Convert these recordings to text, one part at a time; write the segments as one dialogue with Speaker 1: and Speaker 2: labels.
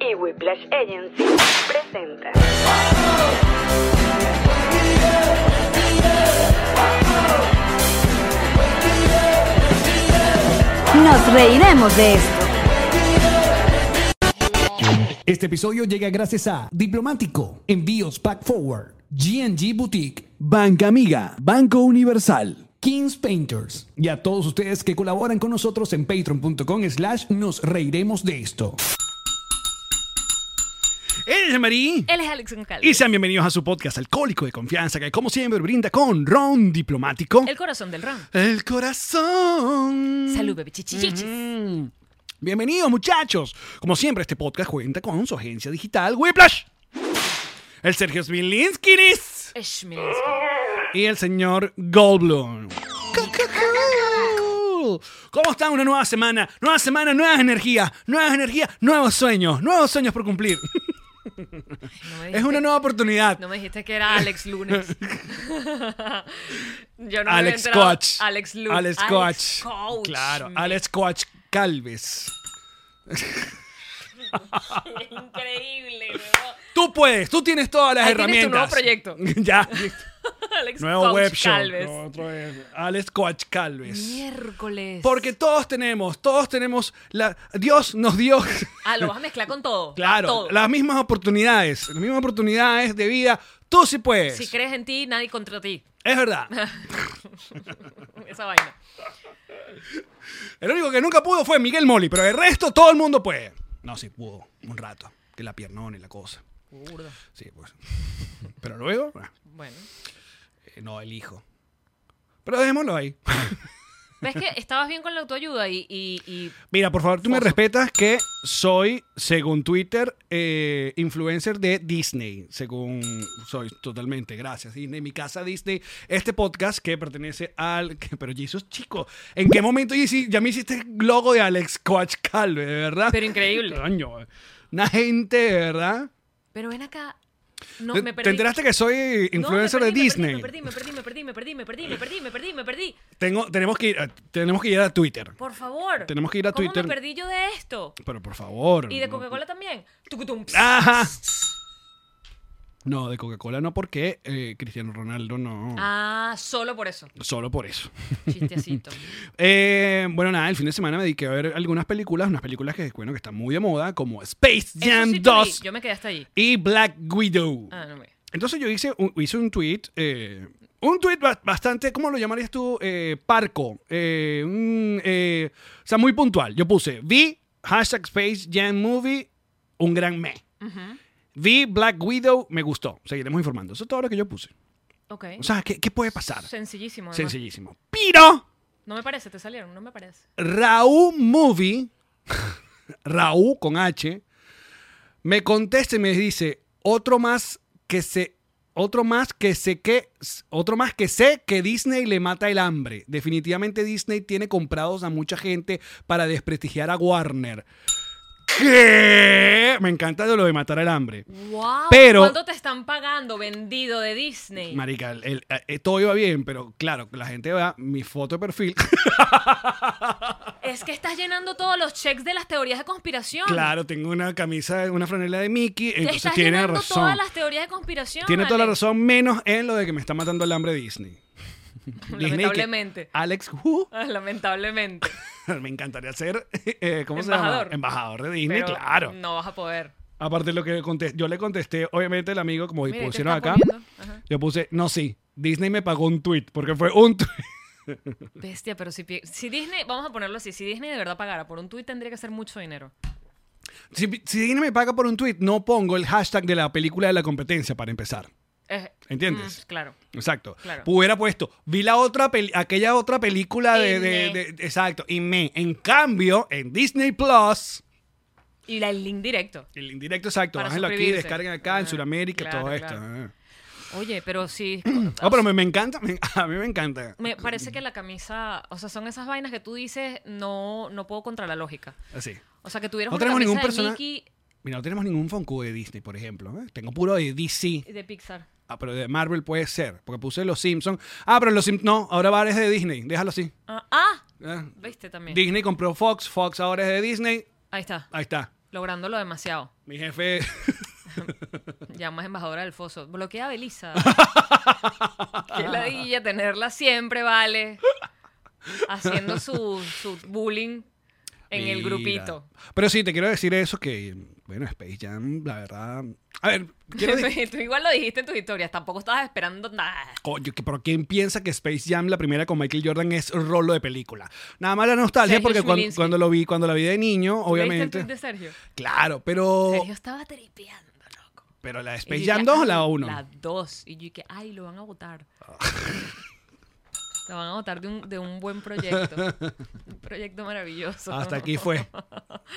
Speaker 1: y Whiplash Agency presenta
Speaker 2: Nos reiremos de esto.
Speaker 3: Este episodio llega gracias a Diplomático, Envíos Pack Forward, GNG Boutique,
Speaker 4: Banca Amiga, Banco Universal.
Speaker 3: Kings Painters y a todos ustedes que colaboran con nosotros en patreon.com slash nos reiremos de esto.
Speaker 4: Él es Marí.
Speaker 5: Él es Alexon Calvo.
Speaker 4: Y sean bienvenidos a su podcast alcohólico de confianza que como siempre brinda con ron diplomático.
Speaker 5: El corazón del ron.
Speaker 4: El corazón.
Speaker 5: Salud, bebé chichichichis.
Speaker 4: Mm. Bienvenidos muchachos. Como siempre este podcast cuenta con su agencia digital Whiplash. El Sergio Smilinskinis
Speaker 5: Esh, mi-
Speaker 4: y el señor Goldblum. ¿Cómo están? Una nueva semana, nueva semana, nuevas energías, nuevas energías, nuevos sueños, nuevos sueños por cumplir.
Speaker 5: No me dijiste-
Speaker 4: Es una nueva oportunidad.
Speaker 5: No me dijiste que era Alex Lunes. Yo no me había
Speaker 4: Alex
Speaker 5: enterado.
Speaker 4: Coach.
Speaker 5: Alex Lunes.
Speaker 4: Alex Coach. Claro, Ah.
Speaker 5: Mi-
Speaker 4: Alex Coach Calves.
Speaker 5: Increíble,
Speaker 4: Tú puedes, tú tienes todas las
Speaker 5: Ahí tienes tu nuevo
Speaker 4: herramientas.
Speaker 5: proyecto.
Speaker 4: ya,
Speaker 5: ¿no? Alex
Speaker 4: nuevo
Speaker 5: Coach
Speaker 4: web show.
Speaker 5: Calves.
Speaker 4: No, otra vez. Alex Coach Calves.
Speaker 5: Miércoles.
Speaker 4: Porque todos tenemos, todos tenemos la Dios nos dio
Speaker 5: Ah, lo vas a mezclar con todo.
Speaker 4: claro,
Speaker 5: Todo.
Speaker 4: las mismas oportunidades, las mismas oportunidades de vida. Tú sí puedes.
Speaker 5: Si crees en ti, nadie contra ti.
Speaker 4: es verdad.
Speaker 5: Esa vaina.
Speaker 4: El único que nunca pudo fue Miguel Moli, pero el resto todo el mundo puede. No, sí pudo, un rato, que la piernona y la cosa.
Speaker 5: Burda.
Speaker 4: Sí, pues. Pero luego, ah,
Speaker 5: Bueno.
Speaker 4: eh, no, el hijo. Pero dejémoslo ahí.
Speaker 5: ¿Ves que estabas bien con la autoayuda y, y, y
Speaker 4: Mira, por favor, tú me
Speaker 5: Foso.
Speaker 4: respetas que soy, según Twitter, eh, influencer de Disney. Según soy totalmente, gracias Disney, mi casa Disney. Este podcast que pertenece al... que- pero Jesus, chico, ¿en qué momento ya hici- ya me hiciste logo de Alex Coach Calve, de verdad?
Speaker 5: Pero increíble.
Speaker 4: Coño, eh. una gente, de verdad.
Speaker 5: Pero ven acá. No,
Speaker 4: ¿Te-
Speaker 5: me perdí.
Speaker 4: ¿Te enteraste que soy
Speaker 5: No, me
Speaker 4: influencer
Speaker 5: perdí,
Speaker 4: de
Speaker 5: me
Speaker 4: Disney?
Speaker 5: Perdí, me perdí, me perdí, me perdí, me perdí, me perdí, me perdí, me perdí, me perdí.
Speaker 4: Tengo, tenemos, que ir, a- tenemos que ir a Twitter.
Speaker 5: Por favor.
Speaker 4: Tenemos que ir a
Speaker 5: ¿Cómo
Speaker 4: Twitter.
Speaker 5: me perdí yo de esto?
Speaker 4: Pero por favor.
Speaker 5: Y de
Speaker 4: no- Ah.
Speaker 5: Coca-Cola también. Tucutum, pss.
Speaker 4: Ajá. No, de Coca-Cola no, porque eh, Cristiano Ronaldo no.
Speaker 5: Ah, solo por eso.
Speaker 4: Solo por eso.
Speaker 5: Chistecito.
Speaker 4: Eh, bueno, nada, el fin de semana me dediqué a ver algunas películas, unas películas que, bueno, que están muy de moda, como Space Jam
Speaker 5: Eso sí te vi,
Speaker 4: 2
Speaker 5: Yo me quedé hasta allí.
Speaker 4: y Black Widow.
Speaker 5: Ah, no me.
Speaker 4: Entonces yo hice un, hice un tweet, eh, un tweet ba- bastante, ¿cómo lo llamarías tú? Eh, parco. Eh, un, eh, o sea, muy puntual. Yo puse, vi hashtag Space Jam Movie, un gran me. Vi Black Widow, me gustó. Seguiremos informando. Eso es todo lo que yo puse.
Speaker 5: Ok.
Speaker 4: O sea, ¿qué, qué puede pasar?
Speaker 5: Sencillísimo. además.
Speaker 4: Sencillísimo. Pero,
Speaker 5: No me parece, te salieron, no me parece.
Speaker 4: Raúl Movie, Raúl con H, me contesta y me dice, otro más que se, otro más que sé que, otro más que sé que Disney le mata el hambre. Definitivamente Disney tiene comprados a mucha gente para desprestigiar a Warner. ¿Qué? Me encanta lo de matar el hambre.
Speaker 5: ¡Wow!
Speaker 4: Pero-
Speaker 5: ¿Cuánto te están pagando vendido de Disney?
Speaker 4: Marica, el- el- eh, todo iba bien, pero claro, la gente vea mi foto de perfil.
Speaker 5: Es que estás llenando todos los checks de las teorías de conspiración.
Speaker 4: Claro, tengo una camisa, una franela de Mickey,
Speaker 5: Te
Speaker 4: entonces
Speaker 5: estás
Speaker 4: tiene
Speaker 5: llenando
Speaker 4: razón.
Speaker 5: todas las teorías de conspiración.
Speaker 4: Tiene toda la
Speaker 5: Alex.
Speaker 4: razón, menos en lo de que me está matando el hambre Disney. Disney que-
Speaker 5: Lamentablemente.
Speaker 4: Alex, who?
Speaker 5: Ah, Lamentablemente.
Speaker 4: me encantaría ser, eh, ¿cómo se llama?
Speaker 5: Embajador.
Speaker 4: Embajador de Disney,
Speaker 5: Pero
Speaker 4: claro.
Speaker 5: No vas a poder.
Speaker 4: Aparte de lo que contesté, yo le contesté, obviamente, el amigo, como
Speaker 5: Mira, ahí te
Speaker 4: pusieron
Speaker 5: está
Speaker 4: acá.
Speaker 5: poniendo, ajá.
Speaker 4: Yo puse, no, sí, Disney me pagó un tweet, porque fue un tweet.
Speaker 5: Bestia, pero si, pi- si Disney, vamos a ponerlo así, si Disney de verdad pagara por un tuit tendría que ser mucho dinero.
Speaker 4: Si, si Disney me paga por un tweet, no pongo el hashtag de la película de la competencia para empezar.
Speaker 5: Eh,
Speaker 4: ¿Entiendes?
Speaker 5: mm, claro.
Speaker 4: Exacto.
Speaker 5: Claro.
Speaker 4: Hubiera puesto, vi la otra peli- aquella otra película de, de-
Speaker 5: Y me.
Speaker 4: de- de- Exacto, y me. En cambio, en Disney Plus,
Speaker 5: Y la, el link directo.
Speaker 4: el indirecto exacto,
Speaker 5: Para
Speaker 4: bájenlo aquí,
Speaker 5: suscribirse.
Speaker 4: descarguen acá en
Speaker 5: Ah,
Speaker 4: Sudamérica,
Speaker 5: claro,
Speaker 4: todo esto.
Speaker 5: claro.
Speaker 4: Ah.
Speaker 5: Oye, pero sí.
Speaker 4: No, pero me, me encanta, me- a mí me encanta.
Speaker 5: Me parece que la camisa, o sea, son esas vainas que tú dices, no, no puedo contra la lógica.
Speaker 4: Así.
Speaker 5: O sea, que tuvieras
Speaker 4: No
Speaker 5: una
Speaker 4: tenemos
Speaker 5: camisa
Speaker 4: ningún
Speaker 5: de
Speaker 4: persona-
Speaker 5: Mickey
Speaker 4: Mira, no tenemos ningún Funko de Disney, por ejemplo. ¿eh? Tengo puro de DC.
Speaker 5: y de Pixar.
Speaker 4: Ah, pero de Marvel puede ser, porque puse los Simpsons. Ah, pero los Simpsons, no, ahora va es de Disney, déjalo así.
Speaker 5: Ah, ah,
Speaker 4: Ah.
Speaker 5: viste también.
Speaker 4: Disney compró Fox, Fox ahora es de Disney.
Speaker 5: Ahí está,
Speaker 4: Ahí está.
Speaker 5: lográndolo demasiado.
Speaker 4: Mi jefe.
Speaker 5: Ya más embajadora del foso. Bloquea a Belisa. Qué ladilla tenerla siempre, vale. Haciendo su, su bullying en el
Speaker 4: Mira.
Speaker 5: grupito.
Speaker 4: Pero sí, te quiero decir eso que, bueno, Space Jam, la verdad. A ver, quiero decir.
Speaker 5: Tú igual lo dijiste en tus historias, tampoco estabas esperando nada.
Speaker 4: Coño, que- pero ¿quién piensa que Space Jam, la primera con Michael Jordan, es rolo de película? Nada más la nostalgia,
Speaker 5: Sergio
Speaker 4: porque cuan- cuando,
Speaker 5: Smilinski.
Speaker 4: lo vi, cuando la vi de niño,
Speaker 5: ¿Leíste el tweet de
Speaker 4: obviamente.
Speaker 5: Sergio?
Speaker 4: Claro, pero.
Speaker 5: Sergio estaba tripeando, loco.
Speaker 4: Pero la de
Speaker 5: Y
Speaker 4: Space
Speaker 5: yo
Speaker 4: Jam
Speaker 5: dije,
Speaker 4: 2 o Pues la
Speaker 5: ay,
Speaker 4: 1.
Speaker 5: La 2. Y yo dije, ay, lo van a votar. lo van a votar de un, de un buen proyecto. un proyecto maravilloso.
Speaker 4: Hasta aquí fue.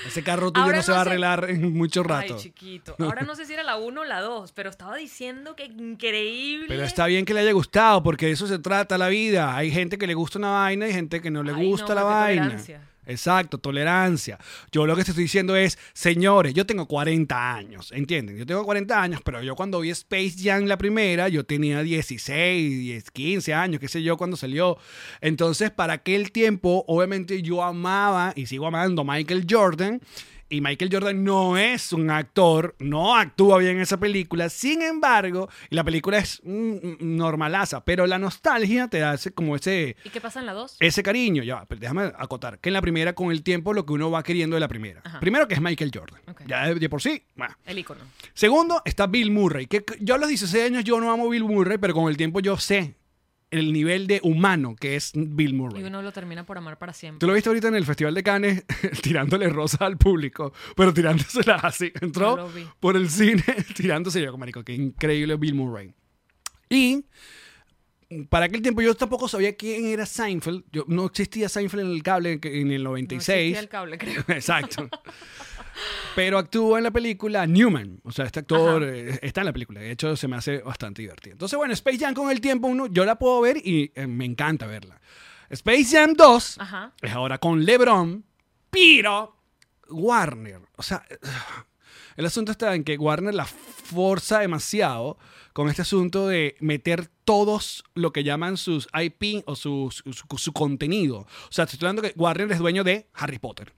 Speaker 4: Ese carro tuyo
Speaker 5: Ahora
Speaker 4: no se
Speaker 5: no
Speaker 4: va a
Speaker 5: sé-
Speaker 4: arreglar en mucho rato.
Speaker 5: Ay, chiquito. Ahora no sé si era la 1 o la 2, pero estaba diciendo que increíble.
Speaker 4: Pero está bien que le haya gustado, porque de eso se trata la vida. Hay gente que le gusta una vaina y gente que no le
Speaker 5: Ay, no,
Speaker 4: gusta la
Speaker 5: pero qué
Speaker 4: vaina.
Speaker 5: tolerancia.
Speaker 4: Exacto, tolerancia. Yo lo que te estoy diciendo es, señores, yo tengo 40 años, ¿entienden? Yo tengo 40 años, pero yo cuando vi Space Jam la primera, yo tenía 16, 10, 15 años, qué sé yo, cuando salió. Entonces, para aquel tiempo, obviamente yo amaba y sigo amando a Michael Jordan. Y Michael Jordan no es un actor, no actúa bien en esa película. Sin embargo, y la película es mm, mm, normalaza, pero la nostalgia te hace como ese,
Speaker 5: ¿Y qué pasa en la 2?
Speaker 4: ese cariño, ya, va, pero déjame acotar, que en la primera, con el tiempo, lo que uno va queriendo de la primera.
Speaker 5: Ajá.
Speaker 4: Primero, que es Michael Jordan.
Speaker 5: Ok.
Speaker 4: Ya de, de por sí. bueno.
Speaker 5: El icono.
Speaker 4: Segundo, está Bill Murray. Que que yo a los 16 años yo no amo Bill Murray, pero con el tiempo yo sé el nivel de humano que es Bill Murray.
Speaker 5: Y uno lo termina por amar para siempre.
Speaker 4: Tú lo viste ahorita en el Festival de Cannes tirándole rosas al público, pero tirándoselas así.
Speaker 5: No
Speaker 4: Entró
Speaker 5: lo vi.
Speaker 4: por el cine tirándose yo, marico, qué increíble Bill Murray. Y para aquel tiempo yo tampoco sabía quién era Seinfeld. Yo, no existía Seinfeld en el cable en en el
Speaker 5: No existía
Speaker 4: 96.
Speaker 5: el cable, creo.
Speaker 4: Exacto. Pero actúa en la película Newman. O sea, este actor eh, está en la película. De hecho, se me hace bastante divertido. Entonces, bueno, Space Jam con el tiempo, uno, yo la puedo ver y eh, me encanta verla. Space Jam 2
Speaker 5: Ajá.
Speaker 4: es ahora con LeBron, pero Warner. O sea, el asunto está en que Warner la forza demasiado con este asunto de meter todos lo que llaman sus IP o sus- su, su contenido. O sea, te estoy hablando que Warner es dueño de Harry Potter.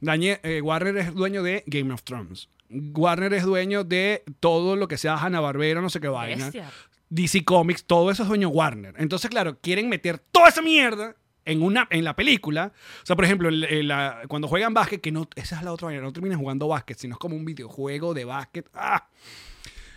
Speaker 4: Dañe- eh, Warner es dueño de Game of Thrones. Warner es dueño de todo lo que sea Hanna Barbera, no sé qué vaina.
Speaker 5: Bestia.
Speaker 4: DC Comics, todo eso es dueño Warner. Entonces, claro, quieren meter toda esa mierda en, una, en la película. O sea, por ejemplo, el- el- la- cuando juegan básquet, que no, esa es la otra manera, no terminan jugando básquet, sino es como un videojuego de básquet. ¡Ah!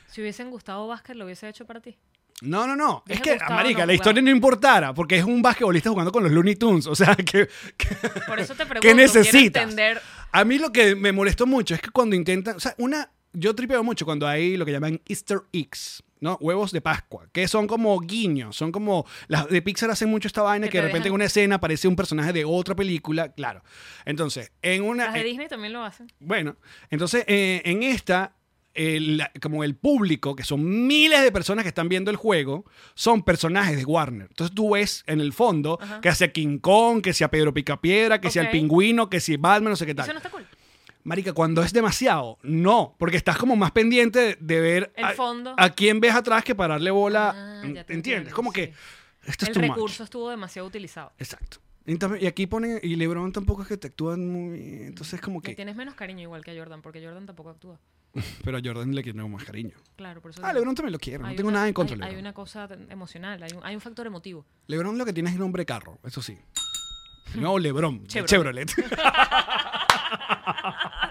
Speaker 5: Si hubiesen gustado Vázquez, lo hubiese hecho para ti.
Speaker 4: No, no, no.
Speaker 5: Hubiese
Speaker 4: es que,
Speaker 5: gustado
Speaker 4: marica,
Speaker 5: no
Speaker 4: la
Speaker 5: jugar.
Speaker 4: historia no importara, porque es un basquetbolista jugando con los Looney Tunes. O sea, que, que-
Speaker 5: Por eso te pregunto.
Speaker 4: ¿qué
Speaker 5: quiero
Speaker 4: necesitas?
Speaker 5: entender
Speaker 4: A mí lo que me molestó mucho es que cuando intentan, o sea, una, yo tripeo mucho cuando hay lo que llaman Easter eggs. ¿no? Huevos de Pascua, que son como guiños, son como... Las de Pixar hacen mucho esta vaina
Speaker 5: Que
Speaker 4: que de
Speaker 5: te
Speaker 4: repente
Speaker 5: dejan-
Speaker 4: en una escena aparece un personaje de otra película, claro. Entonces, en una...
Speaker 5: Las de
Speaker 4: en-
Speaker 5: Disney también lo hacen.
Speaker 4: bueno, entonces eh, en esta, el- la- como el público, que son miles de personas que están viendo el juego, son personajes de Warner. Entonces tú ves en el fondo que hacia King Kong, que sea Pedro Picapiedra, que sea el
Speaker 5: Ok.
Speaker 4: pingüino, que si Batman, no sé qué tal.
Speaker 5: Eso no está cool.
Speaker 4: Marica, cuando es demasiado, no, porque estás como más pendiente de, de ver
Speaker 5: El
Speaker 4: a,
Speaker 5: fondo.
Speaker 4: a quién ves atrás que pararle bola.
Speaker 5: Ah, ya te
Speaker 4: ¿Entiendes?
Speaker 5: entiendo,
Speaker 4: Como que
Speaker 5: sí.
Speaker 4: esto es
Speaker 5: el
Speaker 4: too much.
Speaker 5: recurso estuvo demasiado utilizado.
Speaker 4: Exacto. Entonces, y aquí ponen, y LeBron tampoco es que te actúan muy bien, entonces como
Speaker 5: Le
Speaker 4: que...
Speaker 5: tienes menos cariño igual que a Jordan, porque Jordan tampoco actúa.
Speaker 4: Pero a Jordan le quiero más cariño.
Speaker 5: Claro, por eso.
Speaker 4: Ah,
Speaker 5: digo.
Speaker 4: LeBron también lo quiero. No
Speaker 5: Hay
Speaker 4: tengo
Speaker 5: una-
Speaker 4: nada en contra de
Speaker 5: hay, hay
Speaker 4: LeBron.
Speaker 5: una cosa t- emocional, hay un, hay un factor emotivo.
Speaker 4: LeBron lo que tiene es nombre de carro, eso sí. El nuevo LeBron. de Chevrolet.
Speaker 5: Chevrolet.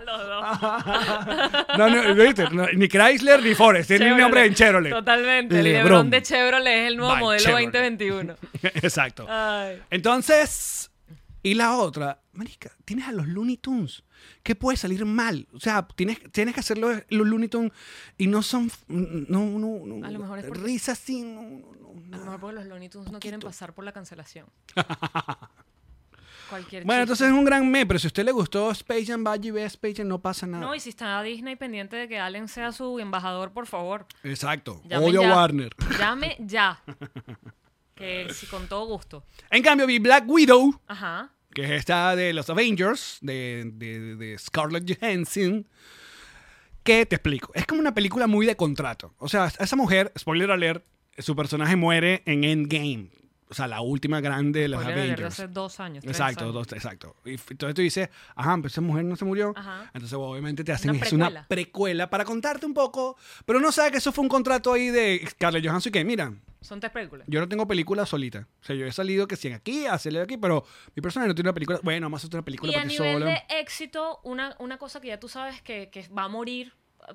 Speaker 5: Los dos.
Speaker 4: no, no, ¿viste? No, ni Chrysler ni Forest. Tiene
Speaker 5: Chevrolet.
Speaker 4: nombre en Chevrolet.
Speaker 5: Totalmente. El LeBron, de Chevrolet es el nuevo
Speaker 4: By
Speaker 5: modelo
Speaker 4: Chevrolet.
Speaker 5: 2021.
Speaker 4: Exacto.
Speaker 5: Ay.
Speaker 4: Entonces, Y la otra, marica, tienes a los Looney Tunes. ¿Qué puede salir mal? O sea, tienes, tienes que hacerlo los Looney Tunes y no son... No, no, no.
Speaker 5: A lo mejor es porque-
Speaker 4: Risa así, no, no, no,
Speaker 5: A lo
Speaker 4: nada.
Speaker 5: mejor porque los Looney Tunes no quieren pasar por la cancelación. Cualquier
Speaker 4: Bueno,
Speaker 5: chiste.
Speaker 4: entonces es un gran me, pero si a usted le gustó Space Jam, vaya y ve Space Jam, no pasa nada.
Speaker 5: No, y si está Disney pendiente de que Allen sea su embajador, por favor.
Speaker 4: Exacto.
Speaker 5: llame
Speaker 4: Odio
Speaker 5: ya.
Speaker 4: a Warner.
Speaker 5: Llame ya. Que sí, con todo gusto.
Speaker 4: En cambio, vi Black Widow,
Speaker 5: Ajá.
Speaker 4: que es esta de los Avengers, de, de- de Scarlett Johansson. Que te explico. Es como una película muy de contrato. O sea, esa mujer, spoiler alert, su personaje muere en Endgame. O sea, la última grande de los
Speaker 5: Spoiler alert de
Speaker 4: Avengers.
Speaker 5: hace dos años. tres
Speaker 4: Exacto,
Speaker 5: años.
Speaker 4: dos, exacto. Y f- entonces tú dices, ajá, pero esa mujer no se murió.
Speaker 5: Ajá.
Speaker 4: Entonces, obviamente, te hacen
Speaker 5: Una
Speaker 4: es una
Speaker 5: precuela.
Speaker 4: precuela para contarte un poco. Pero no sabes que eso fue un contrato ahí de Scarlett Johansson. Que mira,
Speaker 5: Son tres películas.
Speaker 4: yo no tengo película solita. O sea, yo he salido que si en aquí, a salir aquí, pero mi persona no tiene una película. Bueno, vamos a hacer una película
Speaker 5: Y a
Speaker 4: porque
Speaker 5: nivel
Speaker 4: sola.
Speaker 5: de éxito, una, una cosa que ya tú sabes que, que va a morir,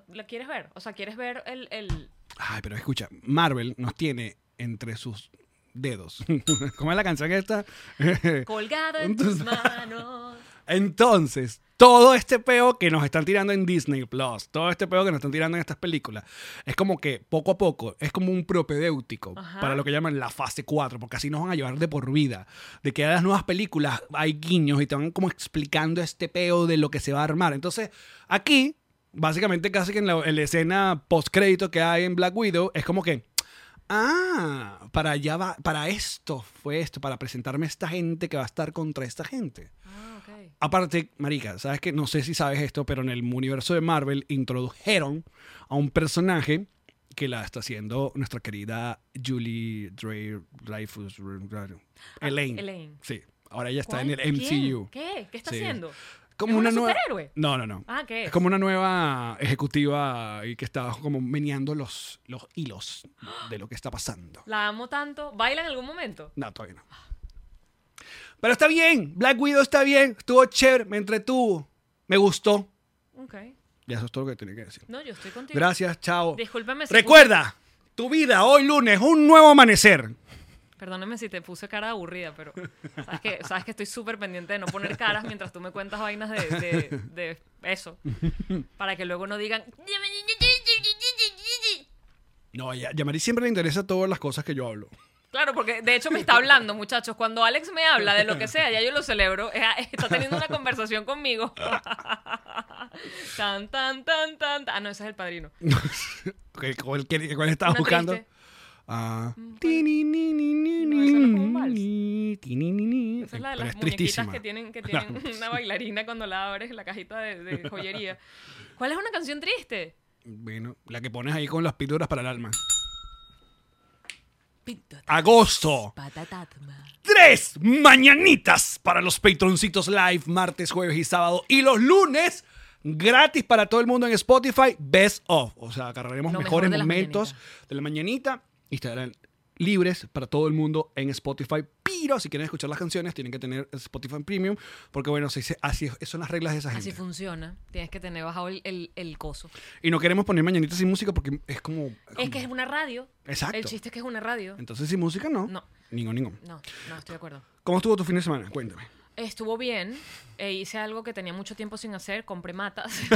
Speaker 5: ¿la quieres ver? O sea, ¿quieres ver el...? el...
Speaker 4: Ay, pero escucha, Marvel nos tiene entre sus dedos. ¿Cómo es la canción esta?
Speaker 5: Colgado en tus manos.
Speaker 4: Entonces, todo este peo que nos están tirando en Disney Plus, todo este peo que nos están tirando en estas películas, es como que poco a poco, es como un propedéutico
Speaker 5: Ajá.
Speaker 4: para lo que llaman la fase 4, porque así nos van a llevar de por vida. De que a las nuevas películas hay guiños y te van como explicando este peo de lo que se va a armar. Entonces, aquí, básicamente, casi que en la, en la escena post-crédito que hay en Black Widow, es como que. Ah, para allá va, para esto fue esto, para presentarme a esta gente que va a estar contra esta gente.
Speaker 5: Ah, ok.
Speaker 4: Aparte, marica, sabes que no sé si sabes esto, pero en el universo de Marvel introdujeron a un personaje que la está haciendo nuestra querida Julie Dre- Dreyfus Elaine.
Speaker 5: Ah, Elaine.
Speaker 4: Sí, ahora ella está en
Speaker 5: ¿Cuál?
Speaker 4: el MCU.
Speaker 5: ¿Quién? ¿Qué? ¿Qué está
Speaker 4: Sí.
Speaker 5: haciendo?
Speaker 4: Como
Speaker 5: ¿Es
Speaker 4: una,
Speaker 5: una
Speaker 4: nueva
Speaker 5: superhéroe?
Speaker 4: No, no, no.
Speaker 5: Ah, ¿qué
Speaker 4: Es
Speaker 5: es?
Speaker 4: como una nueva ejecutiva y que está como meneando los, los hilos de lo que está pasando.
Speaker 5: La amo tanto. ¿Baila en algún momento?
Speaker 4: No, todavía no. Pero está bien, Black Widow está bien, estuvo chévere, me entretuvo, me gustó.
Speaker 5: Ok.
Speaker 4: Ya eso es todo lo que tenía que decir.
Speaker 5: No, yo estoy contigo.
Speaker 4: Gracias, chao.
Speaker 5: Discúlpame si
Speaker 4: Recuerda, tu vida hoy lunes, un nuevo amanecer.
Speaker 5: Perdóname si te puse cara aburrida, pero sabes que, sabes que estoy súper pendiente de no poner caras mientras tú me cuentas vainas de, de- de eso. Para que luego no digan...
Speaker 4: No, ya, ya a Mari siempre le interesa todas las cosas que yo hablo.
Speaker 5: Claro, porque de hecho me está hablando, muchachos. Cuando Alex me habla de lo que sea, ya yo lo celebro. Eh, Está teniendo una conversación conmigo. Tan, tan, tan, tan. tan. Ah, no, ese es el padrino.
Speaker 4: ¿Cuál, cuál, qué- cuál estabas
Speaker 5: Una
Speaker 4: buscando?
Speaker 5: triste. Mm,
Speaker 4: Ah.
Speaker 5: No, esa no es como un vals.
Speaker 4: Tinininininini.
Speaker 5: Esa es la de
Speaker 4: Pero
Speaker 5: las
Speaker 4: es
Speaker 5: muñequitas
Speaker 4: tristísima.
Speaker 5: que tienen, que
Speaker 4: Claro.
Speaker 5: tienen una bailarina cuando la abres la cajita de, de joyería. ¿Cuál es una canción triste?
Speaker 4: Bueno, la que pones ahí con las píldoras para el alma. Agosto. Tres mañanitas para los patroncitos live, martes, jueves y sábado. Y los lunes, gratis para todo el mundo en Spotify, best of. O sea, agarraremos
Speaker 5: Lo mejor
Speaker 4: mejores
Speaker 5: de las
Speaker 4: momentos de la mañanita y estarán libres para todo el mundo en Spotify. Pero si quieren escuchar las canciones, tienen que tener Spotify Premium, porque bueno, se dice, así es- son las reglas de esa gente.
Speaker 5: Así funciona. Tienes que tener bajado el, el, el coso.
Speaker 4: Y no queremos poner mañanitas sin música porque es como...
Speaker 5: Es que es una radio.
Speaker 4: Exacto.
Speaker 5: El chiste es que es una radio.
Speaker 4: Entonces, sin música, no.
Speaker 5: No.
Speaker 4: Ningún, ningún.
Speaker 5: No, no, estoy de acuerdo.
Speaker 4: ¿Cómo estuvo tu fin de semana? Cuéntame.
Speaker 5: Estuvo bien. e hice algo que tenía mucho tiempo sin hacer. Compré matas.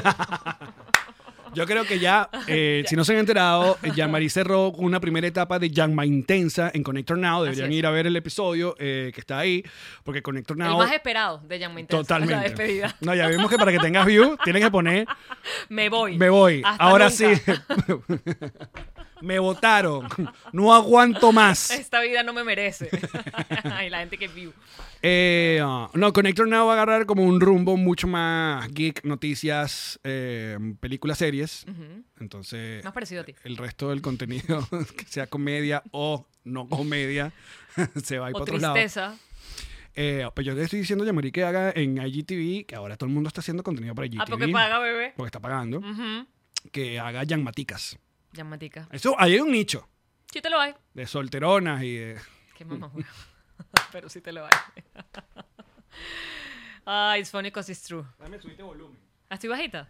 Speaker 4: Yo creo que ya, eh, si no se han enterado, eh, Jean-Marie cerró con una primera etapa de Jan Intensa en Connector Now. Deberían
Speaker 5: Así es.
Speaker 4: ir a ver el episodio eh, que está ahí, porque Connector
Speaker 5: el
Speaker 4: Now.
Speaker 5: más esperado de Jan Intensa.
Speaker 4: Totalmente.
Speaker 5: La despedida.
Speaker 4: No, ya vimos que para que tengas view, tienes que poner
Speaker 5: Me voy.
Speaker 4: me voy.
Speaker 5: Hasta
Speaker 4: Ahora
Speaker 5: nunca.
Speaker 4: sí. me votaron. No aguanto más.
Speaker 5: Esta vida no me merece. y la gente que vive.
Speaker 4: Eh, ah, no, Connector Now va a agarrar como un rumbo mucho más geek, noticias, eh, películas, series.
Speaker 5: Mm.
Speaker 4: Entonces.
Speaker 5: Más parecido a ti.
Speaker 4: El resto del contenido, que sea comedia o no comedia, se va a ir
Speaker 5: O
Speaker 4: para otro lado.
Speaker 5: tristeza.
Speaker 4: Eh, pues yo te estoy diciendo, Yamari, que haga en IGTV, que ahora todo el mundo está haciendo contenido para IGTV.
Speaker 5: Ah, porque paga, Mm. bebé.
Speaker 4: porque está pagando.
Speaker 5: Ujú.
Speaker 4: Que haga Yanmaticas.
Speaker 5: Llamatica.
Speaker 4: Eso, ahí hay un nicho
Speaker 5: Sí te lo hay.
Speaker 4: de solteronas y de.
Speaker 5: Qué mamá Pero sí te lo hay. Ah, it's funny because it's true. Dame, subiste volumen. ¿Ah, ¿Estoy bajita?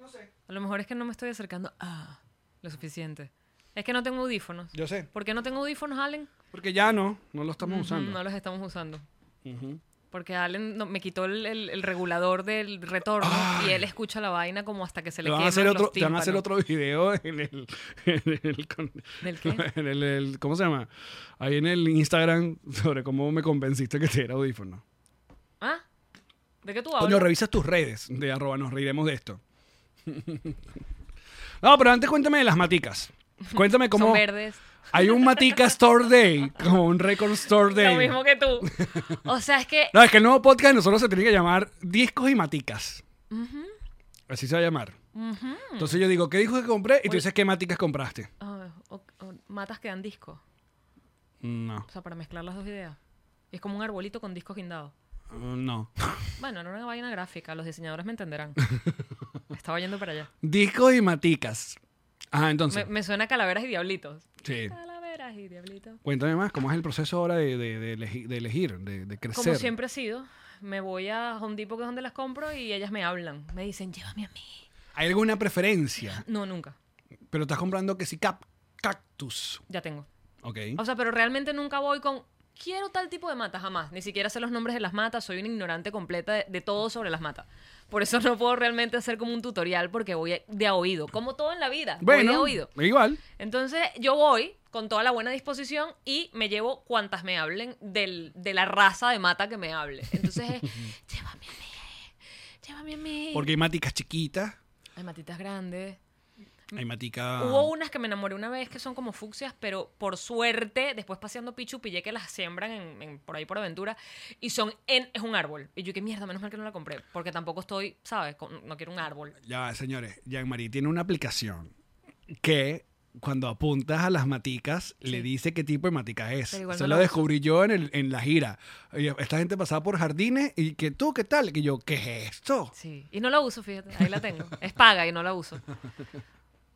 Speaker 5: No sé. A lo mejor es que no me estoy acercando ah, lo suficiente. Es que no tengo audífonos.
Speaker 4: Yo sé.
Speaker 5: ¿Por qué no tengo audífonos, Allen?
Speaker 4: Porque ya no, no lo estamos usando.
Speaker 5: No los estamos usando. Porque Allen no- me quitó el, el- el regulador del retorno y él escucha la vaina como hasta que se le
Speaker 4: Te van,
Speaker 5: quema
Speaker 4: a hacer
Speaker 5: los
Speaker 4: otro, te van a hacer
Speaker 5: tímpanos.
Speaker 4: otro video en el, en el, con-
Speaker 5: ¿Del qué?
Speaker 4: en el- el- ¿Cómo se llama? Ahí en el Instagram sobre cómo me convenciste que te era audífono.
Speaker 5: ¿Ah? ¿De qué tú hablas?
Speaker 4: Coño, revisas tus redes de arroba, nos reiremos de esto. No, pero antes cuéntame de las maticas. Cuéntame
Speaker 5: Son
Speaker 4: cómo...
Speaker 5: verdes.
Speaker 4: Hay un Matica Store Day, como un Record Store Day.
Speaker 5: Lo mismo que tú. O sea, es que
Speaker 4: No, es que el nuevo podcast de nosotros se tiene que llamar Discos y Maticas. Así se va a llamar.
Speaker 5: Hmm.
Speaker 4: Entonces yo digo, ¿qué discos que compré? Y tú dices, ¿qué maticas compraste?
Speaker 5: Ah, o- o matas que dan discos.
Speaker 4: No,
Speaker 5: O sea, para mezclar las dos ideas. Y es como un arbolito con discos guindados.
Speaker 4: Uh, no.
Speaker 5: Bueno, no era una vaina gráfica, los diseñadores me entenderán. Estaba yendo para allá.
Speaker 4: Discos y maticas. Ajá,
Speaker 5: Me,
Speaker 4: entonces.
Speaker 5: me suena a calaveras y diablitos.
Speaker 4: Sí.
Speaker 5: Calaveras y diablitos.
Speaker 4: Cuéntame más, ¿cómo es el proceso ahora de, de- de elegi- de elegir, de, de crecer?
Speaker 5: Como siempre he sido, me voy a Home Depot, que es donde las compro, y ellas me hablan. Me dicen, llévame a mí.
Speaker 4: ¿Hay alguna preferencia?
Speaker 5: No, nunca.
Speaker 4: Pero estás comprando que si cap cactus.
Speaker 5: Ya tengo.
Speaker 4: Ok.
Speaker 5: O sea, pero realmente nunca voy con. Quiero tal tipo de mata, jamás. Ni siquiera sé los nombres de las matas. Soy una ignorante completa de, de todo sobre las matas. Por eso no puedo realmente hacer como un tutorial porque voy de a oído. Como todo en la vida. voy de a
Speaker 4: bueno,
Speaker 5: oído.
Speaker 4: igual.
Speaker 5: Entonces yo voy con toda la buena disposición y me llevo cuantas me hablen del- de la raza de mata que me hable. Entonces es, llévame a mí, llévame a mí.
Speaker 4: Porque hay maticas chiquitas,
Speaker 5: Hay matitas grandes.
Speaker 4: hay maticas...
Speaker 5: Hubo unas que me enamoré una vez que son como fucsias, pero por suerte, después paseando Pichu, pillé que las siembran en, en- por ahí por aventura y son en, es un árbol. Y yo, qué mierda, menos mal que no la compré, porque tampoco estoy, ¿sabes? Con- no quiero un árbol.
Speaker 4: Ya, va, señores, Jean-Marie tiene una aplicación que cuando apuntas a las maticas le dice qué tipo de matica es.
Speaker 5: Pero igual
Speaker 4: Eso
Speaker 5: no
Speaker 4: lo
Speaker 5: la uso.
Speaker 4: descubrí yo en, el- en la gira. Y Esta gente pasaba por jardines y que tú, ¿qué tal? Que yo, ¿qué es esto?
Speaker 5: Sí, y no la uso, fíjate, ahí la tengo. Es paga y no la uso.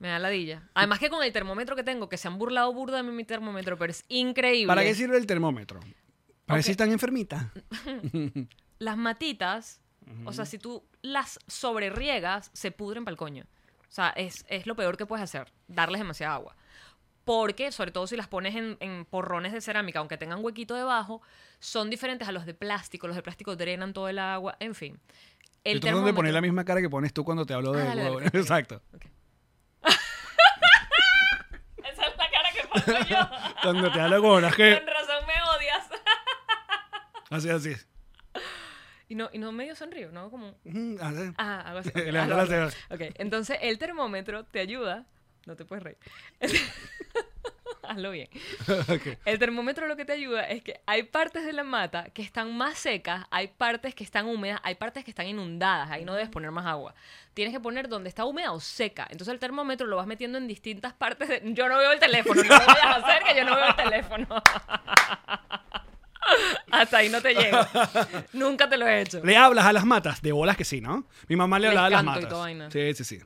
Speaker 5: Me da ladilla. Además que con el termómetro que tengo, que se han burlado burda de mí mi termómetro, pero es increíble.
Speaker 4: ¿Para qué sirve el termómetro? ¿Para
Speaker 5: Ok.
Speaker 4: si están enfermitas?
Speaker 5: Las matitas, o sea, si tú las sobrerriegas, se pudren pa'l coño. O sea, es, es lo peor que puedes hacer, darles demasiada agua. Porque, sobre todo si las pones en, en porrones de cerámica, aunque tengan huequito debajo, son diferentes a los de plástico. Los de plástico drenan todo el agua, en fin.
Speaker 4: Yo tratando de poner la
Speaker 5: termómetro-
Speaker 4: misma cara que pones tú cuando te hablo de...
Speaker 5: Ah, dale, dale,
Speaker 4: huevo.
Speaker 5: perfecto.
Speaker 4: Exacto.
Speaker 5: Esa es la cara que pongo yo.
Speaker 4: Cuando te hablo con las que...
Speaker 5: Con razón me odias.
Speaker 4: Así, así.
Speaker 5: Y no, y no medio sonrío, ¿no? Como...
Speaker 4: Mm, así.
Speaker 5: Ah, hago así.
Speaker 4: Le
Speaker 5: ok,
Speaker 4: levantó
Speaker 5: ah,
Speaker 4: las cejas.
Speaker 5: ok. Ok, entonces el termómetro te ayuda. No te puedes reír. Hazlo bien.
Speaker 4: Ok.
Speaker 5: El termómetro lo que te ayuda es que hay partes de la mata que están más secas, hay partes que están húmedas, hay partes que están inundadas, ahí no debes poner más agua. Tienes que poner donde está húmeda o seca. Entonces el termómetro lo vas metiendo en distintas partes. de- Yo no veo el teléfono, no me vayas a hacer que yo no veo el teléfono. Hasta ahí no te llego. Nunca te lo he hecho.
Speaker 4: Le hablas a las matas, de bolas que sí, ¿no? Mi mamá le
Speaker 5: Les
Speaker 4: hablaba a las
Speaker 5: canto y
Speaker 4: matas.
Speaker 5: toda vaina.
Speaker 4: Sí, sí, sí.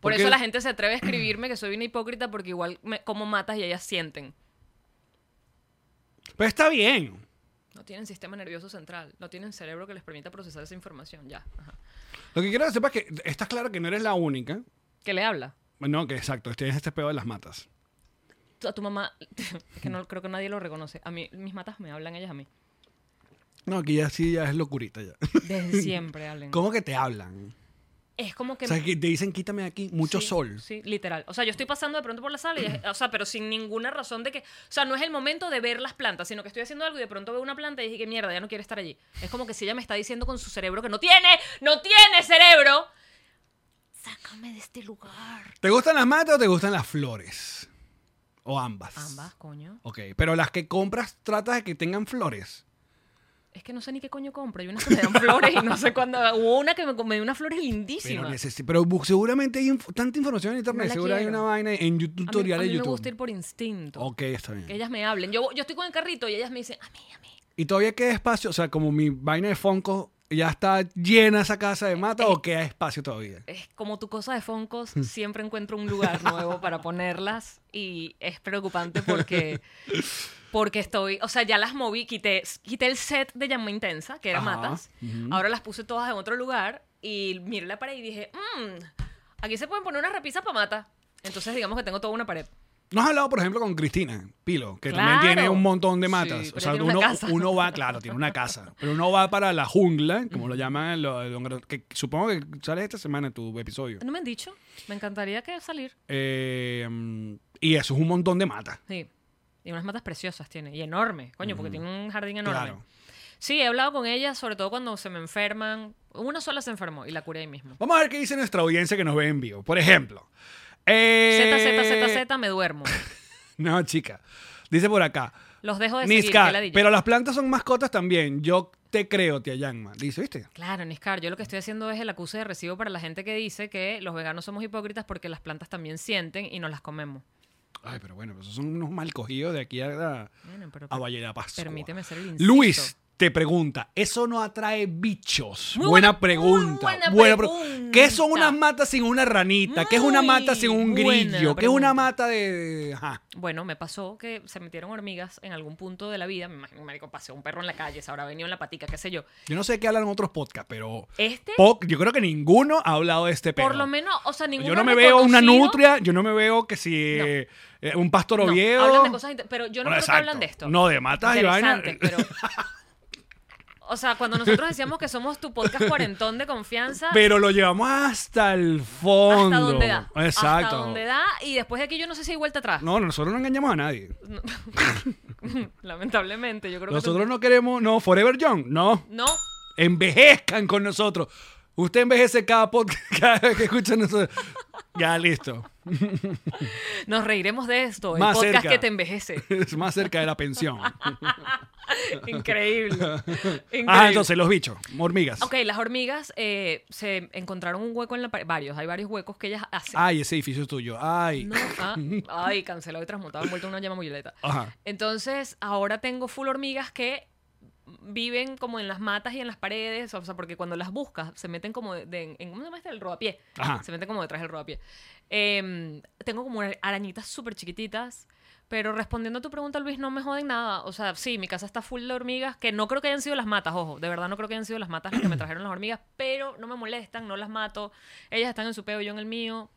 Speaker 5: Por
Speaker 4: Porque-
Speaker 5: eso la gente se atreve a escribirme que soy una hipócrita porque igual me- como matas y ellas sienten.
Speaker 4: Pero Pues está bien.
Speaker 5: No tienen sistema nervioso central, no tienen cerebro que les permita procesar esa información, ya. ajá.
Speaker 4: Lo que quiero que sepas es que estás claro que no eres la única.
Speaker 5: ¿Qué le habla?
Speaker 4: No, que exacto, tienes este pedo de las matas.
Speaker 5: Tú- A tu mamá, que no creo que nadie lo reconoce. A mí, mis matas me hablan ellas a mí.
Speaker 4: No, aquí ya sí, ya es locurita ya.
Speaker 5: Desde siempre hablan.
Speaker 4: ¿Cómo que te hablan?
Speaker 5: Es como que...
Speaker 4: O sea, que te dicen quítame de aquí, mucho
Speaker 5: sí,
Speaker 4: sol.
Speaker 5: Sí, literal. O sea, yo estoy pasando de pronto por la sala, y es- o sea, pero sin ninguna razón de que... O sea, no es el momento de ver las plantas, sino que estoy haciendo algo y de pronto veo una planta y dije que mierda, ya no quiero estar allí. Es como que si ella me está diciendo con su cerebro que no tiene, no tiene cerebro. Sácame de este lugar.
Speaker 4: ¿Te gustan las matas o te gustan las flores? O ambas.
Speaker 5: Ambas, coño.
Speaker 4: Ok, pero las que compras tratas de que tengan flores.
Speaker 5: Es que no sé ni qué coño compro. Hay unas que me dan flores y no sé cuándo. Hubo una que me, me dio unas flores
Speaker 4: Pero,
Speaker 5: lindísimas.
Speaker 4: necesi- pero bu- seguramente hay inf- tanta información en internet,
Speaker 5: la
Speaker 4: seguro hay
Speaker 5: quiero.
Speaker 4: una vaina en YouTube,
Speaker 5: A mí, a
Speaker 4: tutorial
Speaker 5: mí
Speaker 4: de
Speaker 5: me
Speaker 4: YouTube.
Speaker 5: gusta ir por instinto.
Speaker 4: Ok, está bien.
Speaker 5: Que ellas me hablen. Yo, yo estoy con el carrito y ellas me dicen, a mí, a mí.
Speaker 4: ¿Y todavía queda espacio? O sea, como mi vaina de Fonco ya está llena esa casa de mata o queda espacio todavía?
Speaker 5: Es como tu cosa de Foncos,
Speaker 4: Hmm.
Speaker 5: siempre encuentro un lugar nuevo para ponerlas y es preocupante porque, porque estoy, o sea, ya las moví, quité, quité el set de llama intensa, que era
Speaker 4: Ajá,
Speaker 5: matas, ahora las puse todas en otro lugar y miré la pared y dije, "Mm, aquí se pueden poner unas repisas para mata. Entonces digamos que tengo toda una pared.
Speaker 4: No has hablado, por ejemplo, con Cristina Pilo, que
Speaker 5: Claro.
Speaker 4: también tiene un montón de matas.
Speaker 5: Sí, pero
Speaker 4: o sea,
Speaker 5: tiene
Speaker 4: uno,
Speaker 5: una casa.
Speaker 4: uno va, claro, tiene una casa. Pero uno va para la jungla, como lo llaman, los- los- que supongo que sale esta semana tu episodio.
Speaker 5: No me han dicho. Me encantaría que salir.
Speaker 4: Eh, mm, y eso es un montón de matas.
Speaker 5: Sí. Y unas matas preciosas tiene. Y enormes, coño, porque tiene un jardín enorme.
Speaker 4: Claro.
Speaker 5: Sí, he hablado con ella, sobre todo cuando se me enferman. Una sola se enfermó y la curé ahí mismo.
Speaker 4: Vamos a ver qué dice nuestra audiencia que nos ve en vivo. Por ejemplo. eh,
Speaker 5: Z, Z, Z, Z, me duermo.
Speaker 4: No, chica. Dice por acá.
Speaker 5: Los dejo de seguir.
Speaker 4: Niska,
Speaker 5: qué ladilla.
Speaker 4: pero las plantas son mascotas también. Yo te creo, tía Yanma. Dice, ¿viste?
Speaker 5: Claro, Niscar, yo lo que estoy haciendo es el acuse de recibo para la gente que dice que los veganos somos hipócritas porque las plantas también sienten y nos las comemos.
Speaker 4: Ay, pero bueno, esos son unos mal cogidos de aquí a, la-
Speaker 5: Bueno, pero
Speaker 4: a Valle de la Pascua.
Speaker 5: permíteme ser el insisto.
Speaker 4: Luis te pregunta, ¿eso no atrae bichos?
Speaker 5: Muy
Speaker 4: buena,
Speaker 5: buena-
Speaker 4: pregunta.
Speaker 5: muy buena
Speaker 4: pre-
Speaker 5: pregunta.
Speaker 4: ¿Qué son unas matas sin una ranita? ¿Qué es una
Speaker 5: Muy
Speaker 4: mata sin un
Speaker 5: buena
Speaker 4: grillo? ¿Qué es una
Speaker 5: pregunta.
Speaker 4: mata de...? de- ajá.
Speaker 5: Bueno, me pasó que se metieron hormigas en algún punto de la vida. Me imagino, marico, pasé un perro en la calle, se habrá venido en la patica, qué sé yo.
Speaker 4: Yo no sé de qué hablan otros podcasts, pero...
Speaker 5: Este,
Speaker 4: po- yo creo que ninguno ha hablado de este perro.
Speaker 5: por lo menos, o sea, ninguno
Speaker 4: Yo no me veo una
Speaker 5: reconocido-
Speaker 4: nutria, yo no me veo que si
Speaker 5: No.
Speaker 4: eh, eh, un pastor
Speaker 5: No,
Speaker 4: oviedo.
Speaker 5: hablan de cosas, inte- pero yo
Speaker 4: Bueno,
Speaker 5: no creo que
Speaker 4: exacto.
Speaker 5: hablan de esto.
Speaker 4: No, de matas y vainas.
Speaker 5: Interesante, pero... O sea, cuando nosotros decíamos que somos tu podcast cuarentón de confianza,
Speaker 4: Pero lo llevamos hasta el fondo.
Speaker 5: Hasta donde da.
Speaker 4: Exacto.
Speaker 5: Hasta donde da. Y después de aquí yo no sé si hay vuelta atrás.
Speaker 4: No, nosotros no engañamos a nadie.
Speaker 5: No. Lamentablemente, yo creo
Speaker 4: Nosotros
Speaker 5: que...
Speaker 4: no queremos, no, Forever Young, no.
Speaker 5: No.
Speaker 4: Envejezcan con nosotros. Usted envejece cada podcast cada vez que escucha nosotros. Ya listo.
Speaker 5: Nos reiremos de esto. El
Speaker 4: Más
Speaker 5: podcast
Speaker 4: cerca.
Speaker 5: que te envejece.
Speaker 4: Es más cerca de la pensión.
Speaker 5: Increíble. Increíble.
Speaker 4: Ah, entonces los bichos, hormigas.
Speaker 5: Ok, las hormigas eh, se encontraron un hueco en la pared. Varios, hay varios huecos que ellas hacen.
Speaker 4: Ay, ese edificio es tuyo. Ay.
Speaker 5: No, ah, ay, cancelado y transmutado, envuelto en una llama violeta.
Speaker 4: Ajá.
Speaker 5: Entonces, ahora tengo full hormigas que viven como en las matas y en las paredes, o sea, porque cuando las buscas se meten como de- de- en, ¿cómo se llama este? El rodapié.
Speaker 4: Ajá.
Speaker 5: Se meten como detrás del rodapié. Em, tengo como una- arañitas súper chiquititas, pero respondiendo a tu pregunta, Luis, no me joden nada. O sea, sí, mi casa está full de hormigas, que no creo que hayan sido las matas, ojo, de verdad no creo que hayan sido las matas las que me trajeron las hormigas, pero no me molestan, no las mato. Ellas están en su peo, yo en el mío.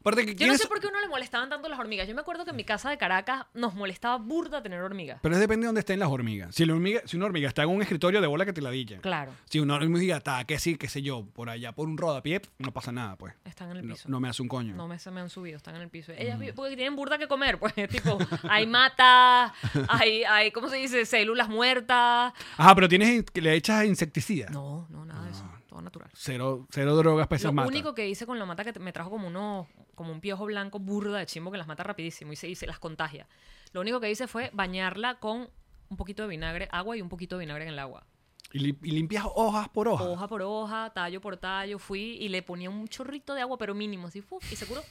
Speaker 4: Aparte que
Speaker 5: Yo no
Speaker 4: tienes-
Speaker 5: sé por qué a uno le molestaban tanto las hormigas. Yo me acuerdo que en mi casa de Caracas nos molestaba burda tener hormigas.
Speaker 4: Pero es depende de dónde estén las hormigas. Si, la hormiga, si una hormiga está en un escritorio de bola que te ladilla.
Speaker 5: Claro,
Speaker 4: Si una hormiga está, que sí, qué sé yo, por allá, por un rodapié, no pasa nada, pues.
Speaker 5: están en el
Speaker 4: No,
Speaker 5: piso.
Speaker 4: no Mm. me hace un coño.
Speaker 5: No me, se me han subido, están en el piso. Ellas vi- porque tienen burda que comer, pues, tipo, hay matas, hay, hay, ¿cómo se dice? Células muertas.
Speaker 4: Ajá, pero tienes in- que le echas insecticida.
Speaker 5: No, no, nada de eso, todo natural.
Speaker 4: Cero, cero drogas para esas
Speaker 5: Lo
Speaker 4: matas.
Speaker 5: único que hice con la mata que te- me trajo como uno, como un piojo blanco burda de chimbo que las mata rapidísimo y se, y se las contagia. Lo único que hice fue bañarla con un poquito de vinagre, agua y un poquito de vinagre en el agua.
Speaker 4: Y, li- y limpias hojas por hojas.
Speaker 5: Hoja por hoja, tallo por tallo, fui y le ponía un chorrito de agua, pero mínimo, así, ¡fuf! y se curó.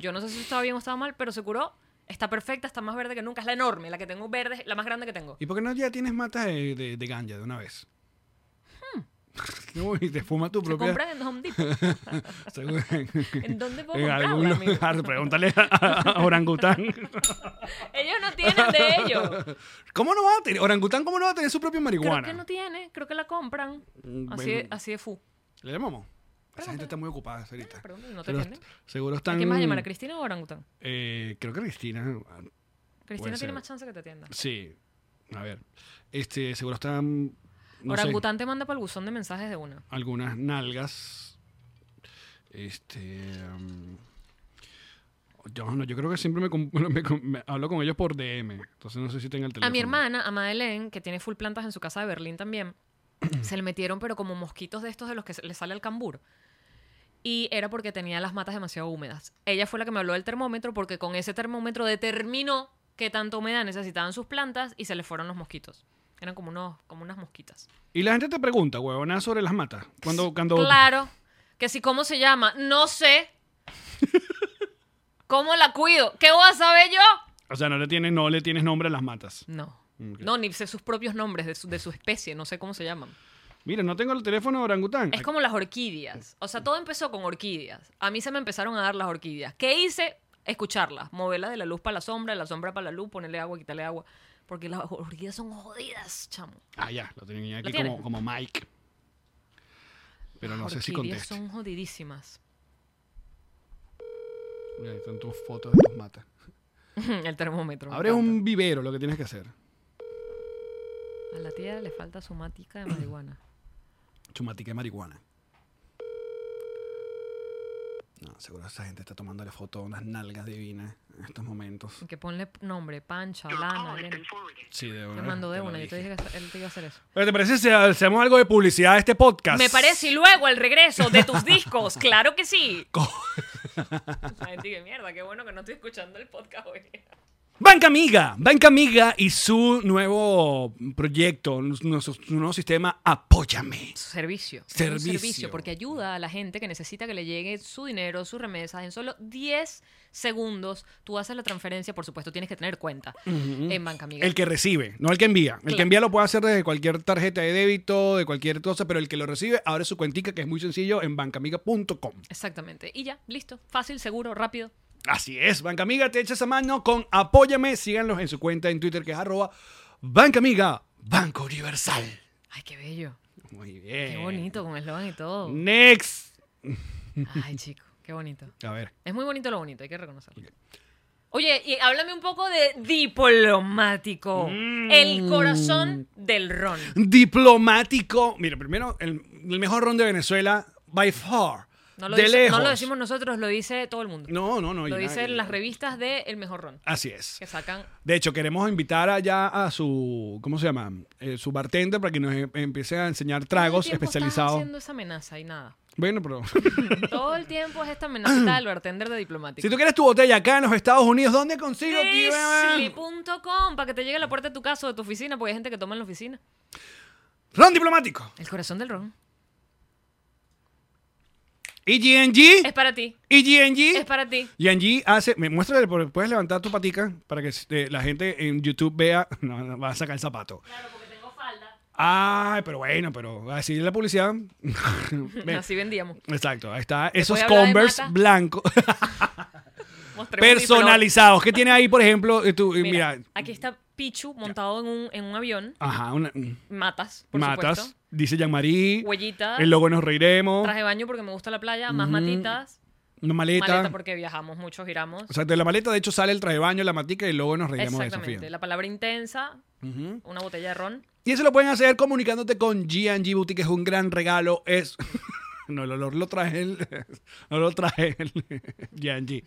Speaker 5: Yo no sé si estaba bien o estaba mal, pero se curó. Está perfecta, está más verde que nunca. Es la enorme, la que tengo verde, la más grande que tengo.
Speaker 4: ¿Y por qué no ya tienes matas de, de, de ganja de una vez? Uy, te fuma tu
Speaker 5: Hmm. Se
Speaker 4: propia.
Speaker 5: compran en Home Depot.
Speaker 4: Seguro.
Speaker 5: ¿En dónde puedo
Speaker 4: En
Speaker 5: comprarla,
Speaker 4: algún
Speaker 5: amigo?
Speaker 4: lugar. Pregúntale a, a orangután.
Speaker 5: Ellos no tienen de ellos.
Speaker 4: ¿Cómo no va a tener? Orangután, ¿cómo no va a tener su propia
Speaker 5: Creo
Speaker 4: marihuana?
Speaker 5: que no tiene, creo que la compran.
Speaker 4: Mm, bueno.
Speaker 5: Así, de- así de fu.
Speaker 4: ¿Le llamamos? Esa gente está muy ocupada ahorita.
Speaker 5: Perdón, no te
Speaker 4: Seguro-
Speaker 5: atienden.
Speaker 4: Seguro
Speaker 5: ¿A
Speaker 4: están.
Speaker 5: quién vas a llamar? ¿A Cristina o a Orangután?
Speaker 4: Eh, creo que Cristina. ah,
Speaker 5: Cristina
Speaker 4: ser.
Speaker 5: tiene más chance que te atienda.
Speaker 4: Sí. A ver. Este, seguro están. No sé,
Speaker 5: Orangután te manda para el buzón de mensajes de una.
Speaker 4: algunas nalgas. Este. um, yo, no, yo creo que siempre me, com- me com- me hablo con ellos por DM. Entonces no sé si tenga el teléfono.
Speaker 5: A mi hermana, a Madeleine, que tiene full plantas en su casa de Berlín también, se le metieron, pero como mosquitos de estos de los que se- le sale el cambur. Y era porque tenía las matas demasiado húmedas. Ella fue la que me habló del termómetro porque con ese termómetro determinó qué tanta humedad necesitaban sus plantas y se le fueron los mosquitos. Eran como, unos, como unas mosquitas.
Speaker 4: Y la gente te pregunta, huevona, sobre las matas. Cuando, cuando
Speaker 5: Claro. Que si, ¿cómo se llama? No sé. ¿Cómo la cuido? ¿Qué voy a saber yo?
Speaker 4: O sea, no le tienes, no le tienes nombre a las matas.
Speaker 5: No.
Speaker 4: Ok.
Speaker 5: No, ni sé sus propios nombres de su, de su especie. No sé cómo se llaman.
Speaker 4: Mira, no tengo el teléfono de orangután.
Speaker 5: Es como las orquídeas. O sea, todo empezó con orquídeas. A mí se me empezaron a dar las orquídeas. ¿Qué hice? Escucharlas. Moverlas de la luz para la sombra, de la sombra para la luz, ponerle agua, quitarle agua. Porque las orquídeas son jodidas, chamo.
Speaker 4: Ah, ya, lo tienen aquí
Speaker 5: tienen?
Speaker 4: como, como Mike. Pero no
Speaker 5: Las
Speaker 4: sé si
Speaker 5: orquídeas
Speaker 4: contesta.
Speaker 5: son jodidísimas.
Speaker 4: Mira, ahí están tus fotos de tus matas.
Speaker 5: El termómetro. me
Speaker 4: Abres
Speaker 5: encanta.
Speaker 4: un vivero, lo que tienes que hacer.
Speaker 5: A la tía le falta su matica de marihuana.
Speaker 4: Chumatique marihuana. No, seguro esa gente está tomándole foto a unas nalgas divinas en estos momentos.
Speaker 5: Que ponle nombre, pancha, lana, arena.
Speaker 4: Sí, de
Speaker 5: Te mando de una, yo te dije que él te iba a hacer eso.
Speaker 4: ¿Te parece si hacemos algo de publicidad a este podcast?
Speaker 5: Me parece, y luego el regreso de tus discos, claro que sí.
Speaker 4: Co-
Speaker 5: La gente que mierda, qué bueno que no estoy escuchando el podcast hoy.
Speaker 4: Banca Amiga, Banca Amiga y su nuevo proyecto, nuestro, su nuevo sistema Apóyame.
Speaker 5: Servicio. Un
Speaker 4: Servicio.
Speaker 5: servicio, porque ayuda a la gente que necesita que le llegue su dinero, sus remesas, en solo 10 segundos. Tú haces la transferencia, por supuesto, tienes que tener cuenta en Banca Amiga.
Speaker 4: El que recibe, no el que envía. El que
Speaker 5: Claro.
Speaker 4: envía lo puede hacer desde cualquier tarjeta de débito, de cualquier cosa, pero el que lo recibe abre su cuentica que es muy sencillo en bancamiga.com.
Speaker 5: Exactamente. Y ya, listo. Fácil, seguro, rápido.
Speaker 4: Así es, Banca Amiga te echa esa mano con Apóyame. Síganlos en su cuenta en Twitter que es arroba Banca Amiga, Banco Universal.
Speaker 5: Ay, qué bello.
Speaker 4: Muy bien.
Speaker 5: Qué bonito, con eslogan y todo.
Speaker 4: Mm. Next.
Speaker 5: Ay, chico, qué bonito.
Speaker 4: A ver.
Speaker 5: Es muy bonito lo bonito, hay que reconocerlo. Oye, y háblame un poco de diplomático.
Speaker 4: Mm.
Speaker 5: El corazón del ron.
Speaker 4: Diplomático. Mira, primero, el, el mejor ron de Venezuela, by far.
Speaker 5: No lo,
Speaker 4: de
Speaker 5: dice-
Speaker 4: lejos.
Speaker 5: no lo decimos nosotros, lo dice todo el mundo.
Speaker 4: No, no, no.
Speaker 5: lo
Speaker 4: y-
Speaker 5: dicen las revistas de El Mejor Ron,
Speaker 4: Así es.
Speaker 5: que sacan.
Speaker 4: De hecho, queremos invitar allá a su, ¿cómo se llama? Eh, su bartender para que nos em- empiece a enseñar tragos
Speaker 5: Todo el tiempo Estás
Speaker 4: especializados.
Speaker 5: haciendo esa amenaza y nada.
Speaker 4: Bueno, pero...
Speaker 5: Todo el tiempo es esta amenaza del bartender de diplomático.
Speaker 4: si tú quieres tu botella acá en los Estados Unidos, ¿dónde consigo? tío?
Speaker 5: Drizzly.com para que te llegue a la puerta de tu casa o de tu oficina, porque hay gente que toma en la oficina.
Speaker 4: Ron diplomático.
Speaker 5: El corazón del ron.
Speaker 4: Y GNG.
Speaker 5: Es para ti.
Speaker 4: Y
Speaker 5: Es
Speaker 4: GNG.
Speaker 5: para ti.
Speaker 4: GNG hace... Me muéstrale, por- puedes levantar tu patica para que eh, la gente en YouTube vea... No, no, va a sacar el zapato.
Speaker 5: Claro, porque tengo falda.
Speaker 4: Ay, pero bueno, pero así es la publicidad. Ven.
Speaker 5: Así vendíamos.
Speaker 4: Exacto, ahí está. Esos
Speaker 5: hablar de
Speaker 4: Converse
Speaker 5: mata?
Speaker 4: blancos
Speaker 5: Mostremos mi
Speaker 4: personalizados. ¿Qué tiene ahí, por ejemplo? eh, tú, eh,
Speaker 5: flor.
Speaker 4: mira,
Speaker 5: Mira, aquí está Pichu montado en un, en un avión.
Speaker 4: Ajá, una- mm,
Speaker 5: Matas, por
Speaker 4: matas,
Speaker 5: supuesto.
Speaker 4: dice Jean-Marie.
Speaker 5: Huellitas.
Speaker 4: El logo nos reiremos.
Speaker 5: Traje de baño porque me gusta la playa. Más matitas.
Speaker 4: Una maleta.
Speaker 5: Maleta porque viajamos mucho, giramos.
Speaker 4: O sea, de la maleta, de hecho, sale el traje de baño, la matica y el logo nos reiremos de Sofía.
Speaker 5: Exactamente. La palabra intensa,
Speaker 4: Ujú.
Speaker 5: una botella de ron.
Speaker 4: Y eso lo pueden hacer comunicándote con GNG Boutique, que es un gran regalo. Es. No, el olor lo traje el. No lo traje el. GNG.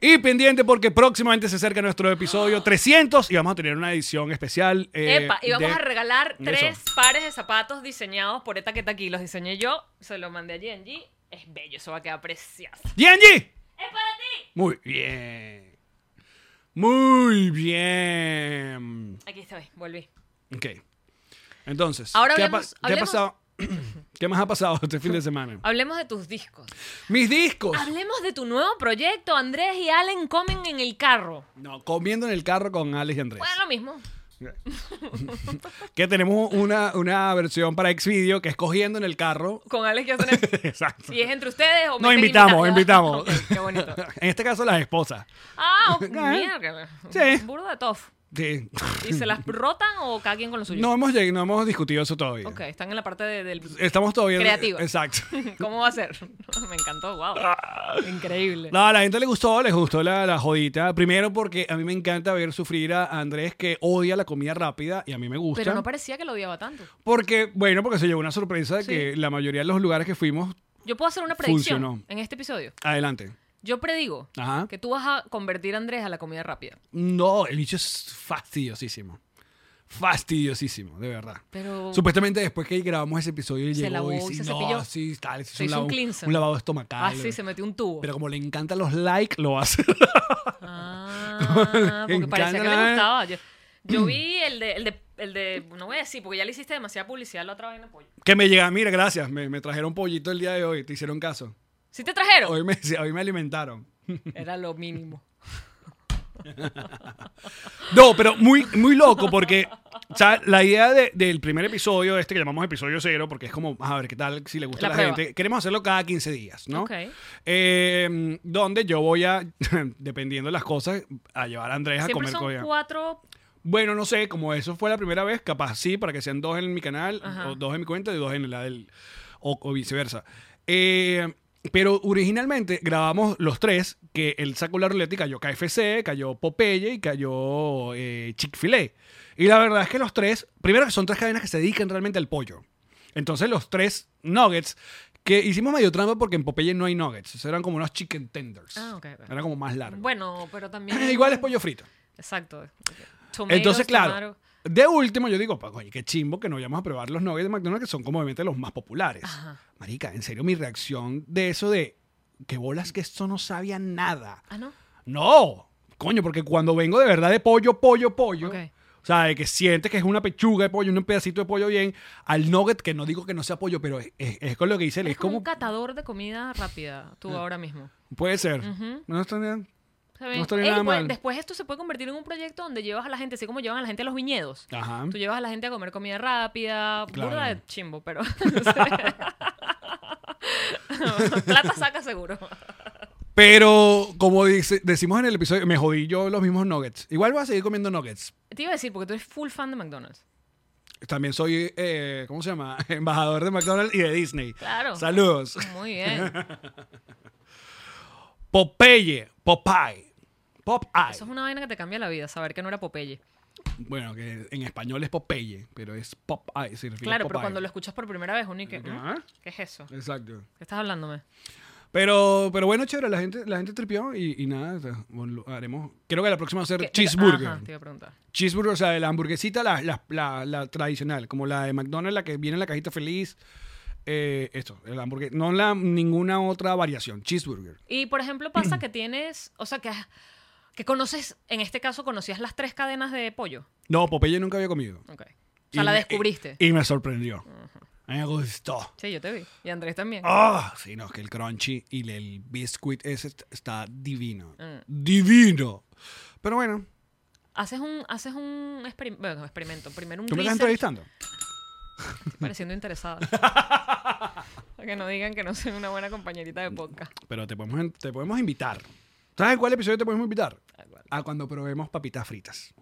Speaker 4: Y pendiente porque próximamente se acerca nuestro episodio 300 y vamos a tener una edición especial. eh,
Speaker 5: Epa, y vamos
Speaker 4: de-
Speaker 5: a regalar
Speaker 4: eso.
Speaker 5: tres pares de zapatos diseñados por esta que está aquí. Los diseñé yo, se los mandé a G&G. Es bello, eso va a quedar precioso.
Speaker 4: ¡GNG!
Speaker 5: ¡Es para ti!
Speaker 4: Muy bien. Muy bien.
Speaker 5: Aquí estoy, volví.
Speaker 4: Ok. Entonces,
Speaker 5: Ahora
Speaker 4: ¿qué, ha
Speaker 5: hablemos-
Speaker 4: pa- qué ha
Speaker 5: hablemos-
Speaker 4: pasado? ¿Qué más ha pasado este fin de semana?
Speaker 5: Hablemos de tus discos.
Speaker 4: Mis discos.
Speaker 5: Hablemos de tu nuevo proyecto. Andrés y Allen comen en el carro.
Speaker 4: No, comiendo en el carro con Alex y Andrés.
Speaker 5: Bueno, lo mismo.
Speaker 4: Que tenemos una, una versión para Xvideo que es cogiendo en el carro.
Speaker 5: Con Alex que hacen
Speaker 4: Exacto.
Speaker 5: Si es entre ustedes o
Speaker 4: Nos
Speaker 5: meten
Speaker 4: invitamos,
Speaker 5: invitados.
Speaker 4: invitamos.
Speaker 5: Ok, qué bonito.
Speaker 4: En este caso, las esposas.
Speaker 5: Ah, oh, mierda.
Speaker 4: Sí.
Speaker 5: Burda de tof.
Speaker 4: Sí.
Speaker 5: ¿Y se las rotan o cada quien con lo suyo?
Speaker 4: No hemos, lleg- no hemos discutido eso todavía.
Speaker 5: Ok, están en la parte de- del...
Speaker 4: Estamos todavía.
Speaker 5: Creativa.
Speaker 4: Exacto.
Speaker 5: ¿Cómo va a ser? Me encantó, wow. Increíble.
Speaker 4: No, a Ah. la gente le gustó, les gustó la, la jodita. Primero porque a mí me encanta ver sufrir a Andrés que odia la comida rápida y a mí me gusta.
Speaker 5: Pero no parecía que lo odiaba tanto.
Speaker 4: porque, bueno, porque se llevó una sorpresa de
Speaker 5: Sí.
Speaker 4: que la mayoría de los lugares que fuimos,
Speaker 5: Yo puedo hacer una predicción
Speaker 4: Funcionó.
Speaker 5: en este episodio.
Speaker 4: adelante.
Speaker 5: Yo predigo
Speaker 4: Ajá.
Speaker 5: que tú vas a convertir a Andrés a la comida rápida.
Speaker 4: No, el bicho es fastidiosísimo. Fastidiosísimo, de verdad.
Speaker 5: Pero
Speaker 4: Supuestamente después que grabamos ese episodio, él
Speaker 5: Se
Speaker 4: llegó
Speaker 5: lavó
Speaker 4: y
Speaker 5: y
Speaker 4: dice,
Speaker 5: se
Speaker 4: no,
Speaker 5: cepilló".
Speaker 4: sí, tal, se hizo
Speaker 5: Se
Speaker 4: un,
Speaker 5: hizo un
Speaker 4: lavado,
Speaker 5: cleanser.
Speaker 4: un lavado estomacal.
Speaker 5: así ah, se metió un tubo.
Speaker 4: Pero como le encantan los likes, lo hace.
Speaker 5: Ah, porque
Speaker 4: En
Speaker 5: parecía que
Speaker 4: Canadá.
Speaker 5: le gustaba. Yo, yo vi el de, el de, el de, no voy a decir, porque ya le hiciste demasiada publicidad la otra vaina pues. pollo.
Speaker 4: que me llega, mira, gracias, me, me trajeron pollito el día de hoy, te hicieron caso.
Speaker 5: ¿Sí te trajeron?
Speaker 4: Hoy me, hoy me alimentaron.
Speaker 5: Era lo mínimo.
Speaker 4: No, pero muy, muy loco porque, o sea, la idea de- del primer episodio, este que llamamos episodio cero, porque es como, a ver qué tal si le gusta
Speaker 5: La
Speaker 4: a la
Speaker 5: prueba.
Speaker 4: gente. Queremos hacerlo cada 15 días, ¿no?
Speaker 5: Ok.
Speaker 4: Eh, donde yo voy a, dependiendo de las cosas, a llevar a Andrés a
Speaker 5: Siempre
Speaker 4: comer
Speaker 5: son
Speaker 4: comida.
Speaker 5: cuatro.
Speaker 4: Bueno, no sé, como eso fue la primera vez, capaz sí, para que sean dos en mi canal,
Speaker 5: Ajá.
Speaker 4: o dos en mi cuenta y dos en la del. o, o viceversa. Eh, Pero originalmente grabamos los tres, que él sacó la ruleta y cayó KFC, cayó Popeye y cayó eh, Chick-fil-A. Y la verdad es que los tres, primero que son tres cadenas que se dedican realmente al pollo. Entonces los tres nuggets, que hicimos medio trampa porque en Popeye no hay nuggets, o sea, eran como unos chicken tenders.
Speaker 5: Ah, ok, ok.
Speaker 4: Era como más largo.
Speaker 5: Bueno, pero también.
Speaker 4: Igual es pollo frito.
Speaker 5: Exacto. Tomatoes,
Speaker 4: Entonces, claro.
Speaker 5: tomatoes.
Speaker 4: De último, yo digo, pues, oye, qué chimbo que no vayamos a probar los nuggets de McDonald's, que son como obviamente los más populares.
Speaker 5: Ajá.
Speaker 4: Marica, en serio, mi reacción de eso de que bolas que esto no sabía nada.
Speaker 5: Ah, no.
Speaker 4: No, coño, porque cuando vengo de verdad de pollo, pollo, pollo,
Speaker 5: Ok.
Speaker 4: o sea, de que sientes que es una pechuga de pollo, un pedacito de pollo bien, al nugget, que no digo que no sea pollo, pero es, es- es con lo que dice él,
Speaker 5: Eres
Speaker 4: es como...
Speaker 5: un catador de comida rápida, tú ahora mismo.
Speaker 4: Puede ser.
Speaker 5: Ujú.
Speaker 4: No está bien.
Speaker 5: Está bien.
Speaker 4: No estaría nada
Speaker 5: pues,
Speaker 4: mal.
Speaker 5: Después esto se puede convertir en un proyecto donde llevas a la gente, así como llevan a la gente a los viñedos.
Speaker 4: Ajá.
Speaker 5: Tú llevas a la gente a comer comida rápida,
Speaker 4: Claro.
Speaker 5: burda de chimbo, pero... Plata saca seguro.
Speaker 4: Pero, como dice- decimos en el episodio, me jodí yo los mismos nuggets. Igual voy a seguir comiendo nuggets.
Speaker 5: Te iba a decir, porque tú eres full fan de McDonald's.
Speaker 4: También soy, eh, ¿cómo se llama? Embajador de McDonald's y de Disney.
Speaker 5: Claro.
Speaker 4: Saludos.
Speaker 5: Muy bien.
Speaker 4: Popeye, Popeye. Popeye.
Speaker 5: Eso es una vaina que te cambia la vida, saber que no era Popeye.
Speaker 4: Bueno, que en español es Popeye, pero es Popeye. significa
Speaker 5: Claro, pero
Speaker 4: Popeye.
Speaker 5: cuando lo escuchas por primera vez, uno y que...
Speaker 4: Ah.
Speaker 5: "¿Mm? ¿Qué es eso? ¿Qué
Speaker 4: Exacto.
Speaker 5: estás hablándome?
Speaker 4: Pero, pero bueno, chévere, la gente, la gente tripió y, y nada, o sea, lo haremos. Creo que la próxima va a
Speaker 5: ¿Qué-
Speaker 4: ser
Speaker 5: qué-
Speaker 4: cheeseburger.
Speaker 5: Ajá, te iba a preguntar.
Speaker 4: Cheeseburger, o sea, la hamburguesita, la, la- la- la tradicional, como la de McDonald's, la que viene en la cajita feliz. Eh, esto, el hamburguesa. No la, ninguna otra variación. Cheeseburger.
Speaker 5: Y por ejemplo, pasa que tienes, o sea, que, que conoces, en este caso conocías las tres cadenas de pollo.
Speaker 4: No, Popeye nunca había comido.
Speaker 5: Ok. O sea,
Speaker 4: Y
Speaker 5: la
Speaker 4: me-
Speaker 5: descubriste.
Speaker 4: Y, y me sorprendió. Me gustó.
Speaker 5: sí, yo te vi. Y Andrés también.
Speaker 4: Ah, sí, no, es que el crunchy y el- el biscuit ese est- está divino.
Speaker 5: Mm.
Speaker 4: Divino. Pero bueno,
Speaker 5: Haces un, haces un experim- bueno, experimento. Primero un
Speaker 4: ¿tú me estás
Speaker 5: research.
Speaker 4: entrevistando?
Speaker 5: Estoy pareciendo interesada. Para que no digan que no soy una buena compañerita de podcast.
Speaker 4: Pero te podemos, en- te podemos invitar. ¿Sabes cuál episodio te podemos invitar?
Speaker 5: Ah,
Speaker 4: A cuando probemos papitas fritas.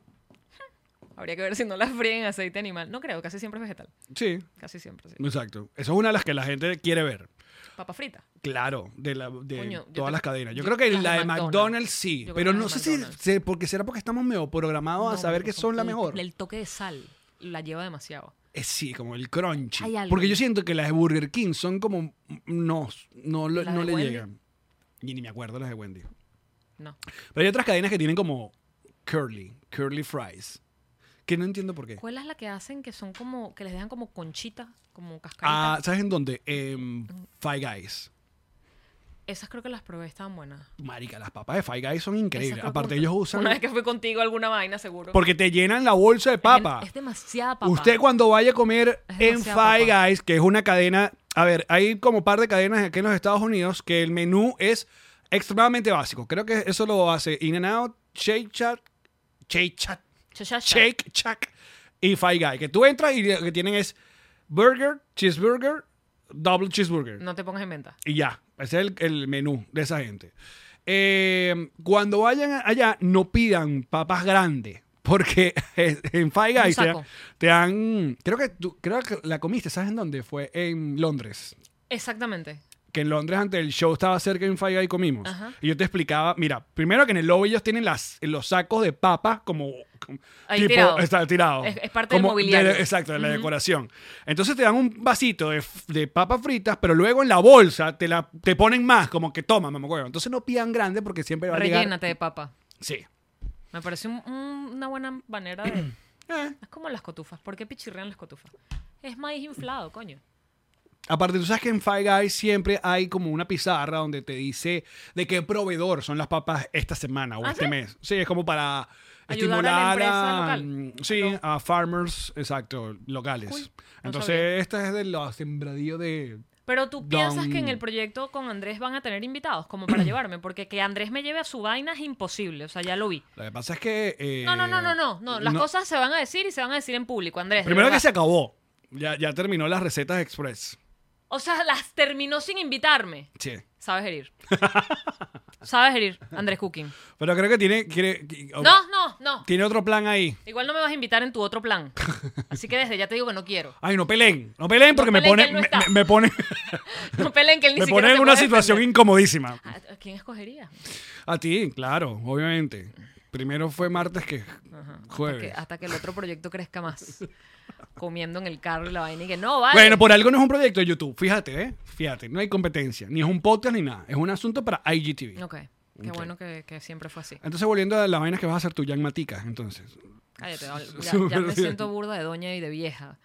Speaker 5: Habría que ver si no las fríen en aceite animal. No creo, casi siempre es vegetal.
Speaker 4: Sí,
Speaker 5: Casi siempre, sí.
Speaker 4: exacto. Esa es una de las que la gente quiere ver.
Speaker 5: Papa frita.
Speaker 4: Claro, de, la, de
Speaker 5: Coño, yo
Speaker 4: todas
Speaker 5: te-
Speaker 4: las cadenas. Yo,
Speaker 5: yo-
Speaker 4: creo que
Speaker 5: las de
Speaker 4: la de
Speaker 5: McDonald's.
Speaker 4: McDonald's, sí,
Speaker 5: Yo creo
Speaker 4: pero
Speaker 5: que
Speaker 4: no
Speaker 5: las de
Speaker 4: sé si,
Speaker 5: McDonald's.
Speaker 4: se- porque será porque estamos medio programados a
Speaker 5: No,
Speaker 4: saber
Speaker 5: pero
Speaker 4: que
Speaker 5: son-
Speaker 4: son la
Speaker 5: el-
Speaker 4: mejor.
Speaker 5: El toque de sal la lleva demasiado.
Speaker 4: Eh, sí, como el crunchy.
Speaker 5: Hay algo.
Speaker 4: Porque yo siento que las de Burger King son como mm, no, no, lo-
Speaker 5: ¿Las
Speaker 4: no
Speaker 5: de
Speaker 4: le
Speaker 5: Wendy?
Speaker 4: llegan. Y ni me acuerdo las de Wendy.
Speaker 5: No.
Speaker 4: Pero hay otras cadenas que tienen como curly, curly fries, que no entiendo por qué.
Speaker 5: ¿Cuál es la que hacen que son como, que les dejan como conchita, como cascarita?
Speaker 4: Ah, ¿sabes en dónde? Em, Five Guys. Ah.
Speaker 5: Esas creo que las probé, estaban buenas.
Speaker 4: Marica, las papas de Five Guys son
Speaker 5: Esas
Speaker 4: increíbles.
Speaker 5: creo que
Speaker 4: Aparte
Speaker 5: una-
Speaker 4: ellos usan
Speaker 5: Una vez que fui contigo alguna vaina, seguro.
Speaker 4: porque te llenan la bolsa de
Speaker 5: Es que
Speaker 4: papa.
Speaker 5: Es demasiada papa.
Speaker 4: Usted cuando vaya a comer
Speaker 5: Es
Speaker 4: en Five
Speaker 5: demasiada papa.
Speaker 4: Guys, que es una cadena, a ver, hay como par de cadenas aquí en los Estados Unidos que el menú es extremadamente básico. Creo que eso lo hace In and Out, Shake Shack, Shake Shack,
Speaker 5: Cha, cha, cha.
Speaker 4: Shake Shack y Five Guys. Que tú entras y lo que tienen es burger, cheeseburger, double cheeseburger.
Speaker 5: No te pongas en venta.
Speaker 4: Y ya, ese es el, el menú de esa gente. Eh, cuando vayan allá, no pidan papas grandes. Porque en Five Guys te,
Speaker 5: saco.
Speaker 4: te dan. Creo que, tú- creo que la comiste, ¿sabes en dónde? Fue en Londres.
Speaker 5: Exactamente.
Speaker 4: Que en Londres, antes del show, estaba cerca en Five Guys y comimos.
Speaker 5: Ajá.
Speaker 4: Y yo te explicaba, mira, primero que en el lobby ellos tienen las, los sacos de papas como. como-
Speaker 5: Ahí tirado.
Speaker 4: Está tirado.
Speaker 5: Es- es parte del mobiliario.
Speaker 4: exacto, de la decoración. Entonces te dan un vasito de, f- de papas fritas, pero luego en la bolsa te, la, te ponen más, como que toma, mamá huevo. Entonces no pidan grande porque siempre va a llegar.
Speaker 5: Rellénate de papa.
Speaker 4: Sí.
Speaker 5: Me parece un- un- una buena manera de...
Speaker 4: Eh,
Speaker 5: es como las cotufas. ¿Por qué pichirrean las cotufas? Es maíz inflado, coño.
Speaker 4: Aparte, tú sabes que en Five Guys siempre hay como una pizarra donde te dice de qué proveedor son las papas esta semana o
Speaker 5: ¿Ah,
Speaker 4: este
Speaker 5: sí?
Speaker 4: mes. Sí, es como para
Speaker 5: Ayudar a la
Speaker 4: estimular
Speaker 5: empresa
Speaker 4: a,
Speaker 5: local.
Speaker 4: mm, sí, a farmers, exacto, locales.
Speaker 5: Cool. No
Speaker 4: Entonces, esta es de los sembradíos de...
Speaker 5: Pero tú piensas que en
Speaker 4: Don-
Speaker 5: el proyecto con Andrés van a tener invitados como para llevarme, porque que Andrés me lleve a su vaina es imposible, o sea, ya lo vi.
Speaker 4: Lo que pasa es que... eh,
Speaker 5: No, no, no, no, no, no, las cosas se van a decir y se van a decir en público, Andrés. de
Speaker 4: Primero que
Speaker 5: verdad.
Speaker 4: se acabó. Ya, ya terminó las recetas express.
Speaker 5: O sea, las terminó sin invitarme.
Speaker 4: Sí.
Speaker 5: Sabes herir. Sabes herir, Andrés Cooking.
Speaker 4: Pero creo que tiene, quiere-
Speaker 5: No, no, no.
Speaker 4: tiene otro plan ahí.
Speaker 5: Igual no me vas a invitar en tu otro plan. Así que desde ya te digo que no quiero.
Speaker 4: Ay, no peleen, no peleen porque me
Speaker 5: peleen que
Speaker 4: pone,
Speaker 5: él no
Speaker 4: me,
Speaker 5: está.
Speaker 4: me- me pone,
Speaker 5: No peleen que él ni
Speaker 4: me
Speaker 5: siquiera
Speaker 4: pone en
Speaker 5: se
Speaker 4: una
Speaker 5: puede
Speaker 4: situación
Speaker 5: defender. Ah,
Speaker 4: incomodísima.
Speaker 5: ¿A- a ¿Quién escogería?
Speaker 4: A ti, claro, obviamente. Primero fue martes que
Speaker 5: Hasta que,
Speaker 4: jueves.
Speaker 5: hasta que el otro proyecto crezca más. Comiendo en el carro y la vaina y que no, vale.
Speaker 4: Bueno, pues- por algo no es un proyecto de YouTube, fíjate, ¿eh? Fíjate, no hay competencia, ni es un podcast ni nada, es un asunto para IGTV.
Speaker 5: Ok, qué bueno que, que siempre fue así.
Speaker 4: Entonces, volviendo a las vainas que vas a hacer tú, Jan Matica, entonces.
Speaker 5: Cállate, ya,
Speaker 4: Súper
Speaker 5: ya me
Speaker 4: bien.
Speaker 5: siento burda de doña y de vieja.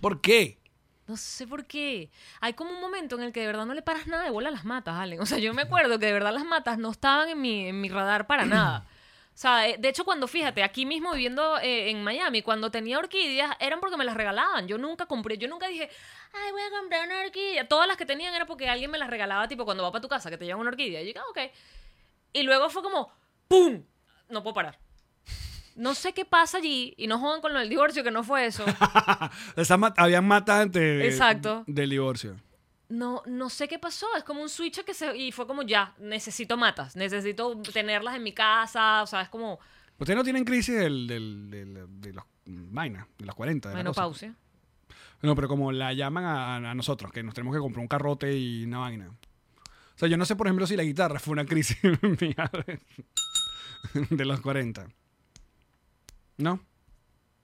Speaker 4: ¿Por qué?
Speaker 5: No sé por qué. Hay como un momento en el que de verdad no le paras nada de bola a las matas, Allen. O sea, yo me acuerdo que de verdad las matas no estaban en mi, en mi radar para nada. O sea, eh, de hecho, cuando fíjate, aquí mismo viviendo eh, en Miami, cuando tenía orquídeas, eran porque me las regalaban. Yo nunca compré, yo nunca dije, ay, voy a comprar una orquídea. Todas las que tenían era porque alguien me las regalaba, tipo cuando va para tu casa, que te llevan una orquídea. Y yo, ah, ok. Y luego fue como, ¡pum! No puedo parar. No sé qué pasa allí, y no jodan con lo del divorcio, que no fue eso.
Speaker 4: Esa ma- habían matado antes de-
Speaker 5: Exacto.
Speaker 4: del divorcio.
Speaker 5: No, no sé qué pasó. Es como un switch que se. Y fue como ya, necesito matas. Necesito tenerlas en mi casa. O sea, es como
Speaker 4: Ustedes no tienen crisis del, del- del- de los vainas, de los 40. De la cosa.
Speaker 5: menopausia.
Speaker 4: No, pero como la llaman a, a nosotros, que nos tenemos que comprar un carrote y una vaina. O sea, yo no sé, por ejemplo, si la guitarra fue una crisis mía de, de los 40. No,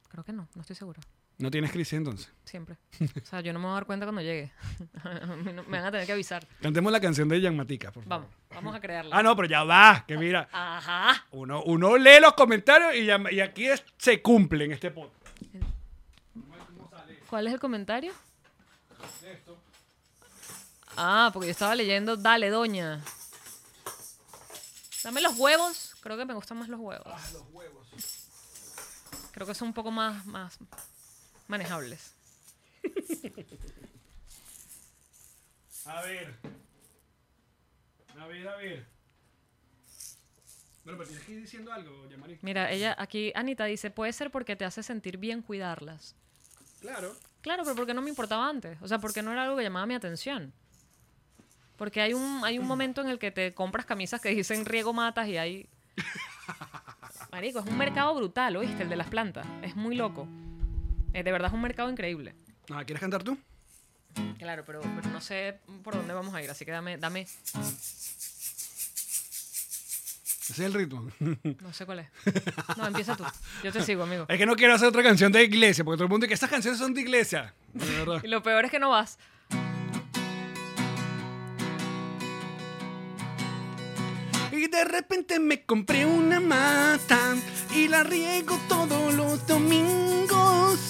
Speaker 5: Creo que no, no estoy segura.
Speaker 4: no tienes crisis entonces.
Speaker 5: Siempre. O sea, yo no me voy a dar cuenta cuando llegue. A mí no- me van a tener que avisar.
Speaker 4: Cantemos la canción de Jan Matica, por favor.
Speaker 5: Vamos, vamos a crearla.
Speaker 4: Ah, no, pero ya va, que mira.
Speaker 5: Ajá.
Speaker 4: Uno, uno lee los comentarios y, ya- y aquí es- se cumple en este podcast.
Speaker 5: ¿Cuál es el comentario? Ah, porque yo estaba leyendo Dale, doña. Dame los huevos. Creo que me gustan más Ah, los huevos. Creo que son un poco más, más manejables.
Speaker 4: A ver. A ver, a ver. Bueno, pero tienes que ir diciendo algo, Yamari.
Speaker 5: Mira, ella aquí, Anita dice, puede ser porque te hace sentir bien cuidarlas.
Speaker 4: Claro.
Speaker 5: Claro, pero porque no me importaba antes. O sea, porque no era algo que llamaba mi atención. Porque hay un, hay un momento en el que te compras camisas que dicen riego matas y hay. Marico, es un mercado brutal, ¿oíste? El de las plantas. Es muy loco. Eh, de verdad es un mercado increíble.
Speaker 4: Ah, ¿Quieres cantar tú?
Speaker 5: Claro, pero, pero no sé por dónde vamos a ir, así que dame, dame.
Speaker 4: Ese es el ritmo.
Speaker 5: No sé cuál es. No, empieza tú. Yo te sigo, amigo.
Speaker 4: es que no quiero hacer otra canción de iglesia, porque todo el mundo dice que esas canciones son de iglesia. De verdad.
Speaker 5: Y lo peor es que no vas.
Speaker 4: Y de repente me compré una mata y la riego todos los domingos.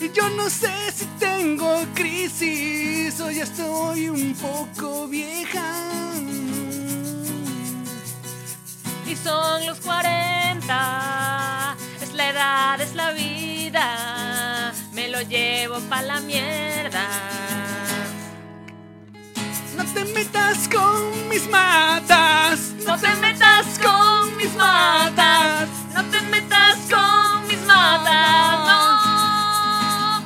Speaker 4: Y yo no sé si tengo crisis o ya estoy un poco vieja.
Speaker 5: Y son los 40, es la edad, es la vida, me lo llevo pa' la mierda.
Speaker 4: No te metas con mis matas.
Speaker 5: No te metas con mis matas, no te metas con mis matas, no.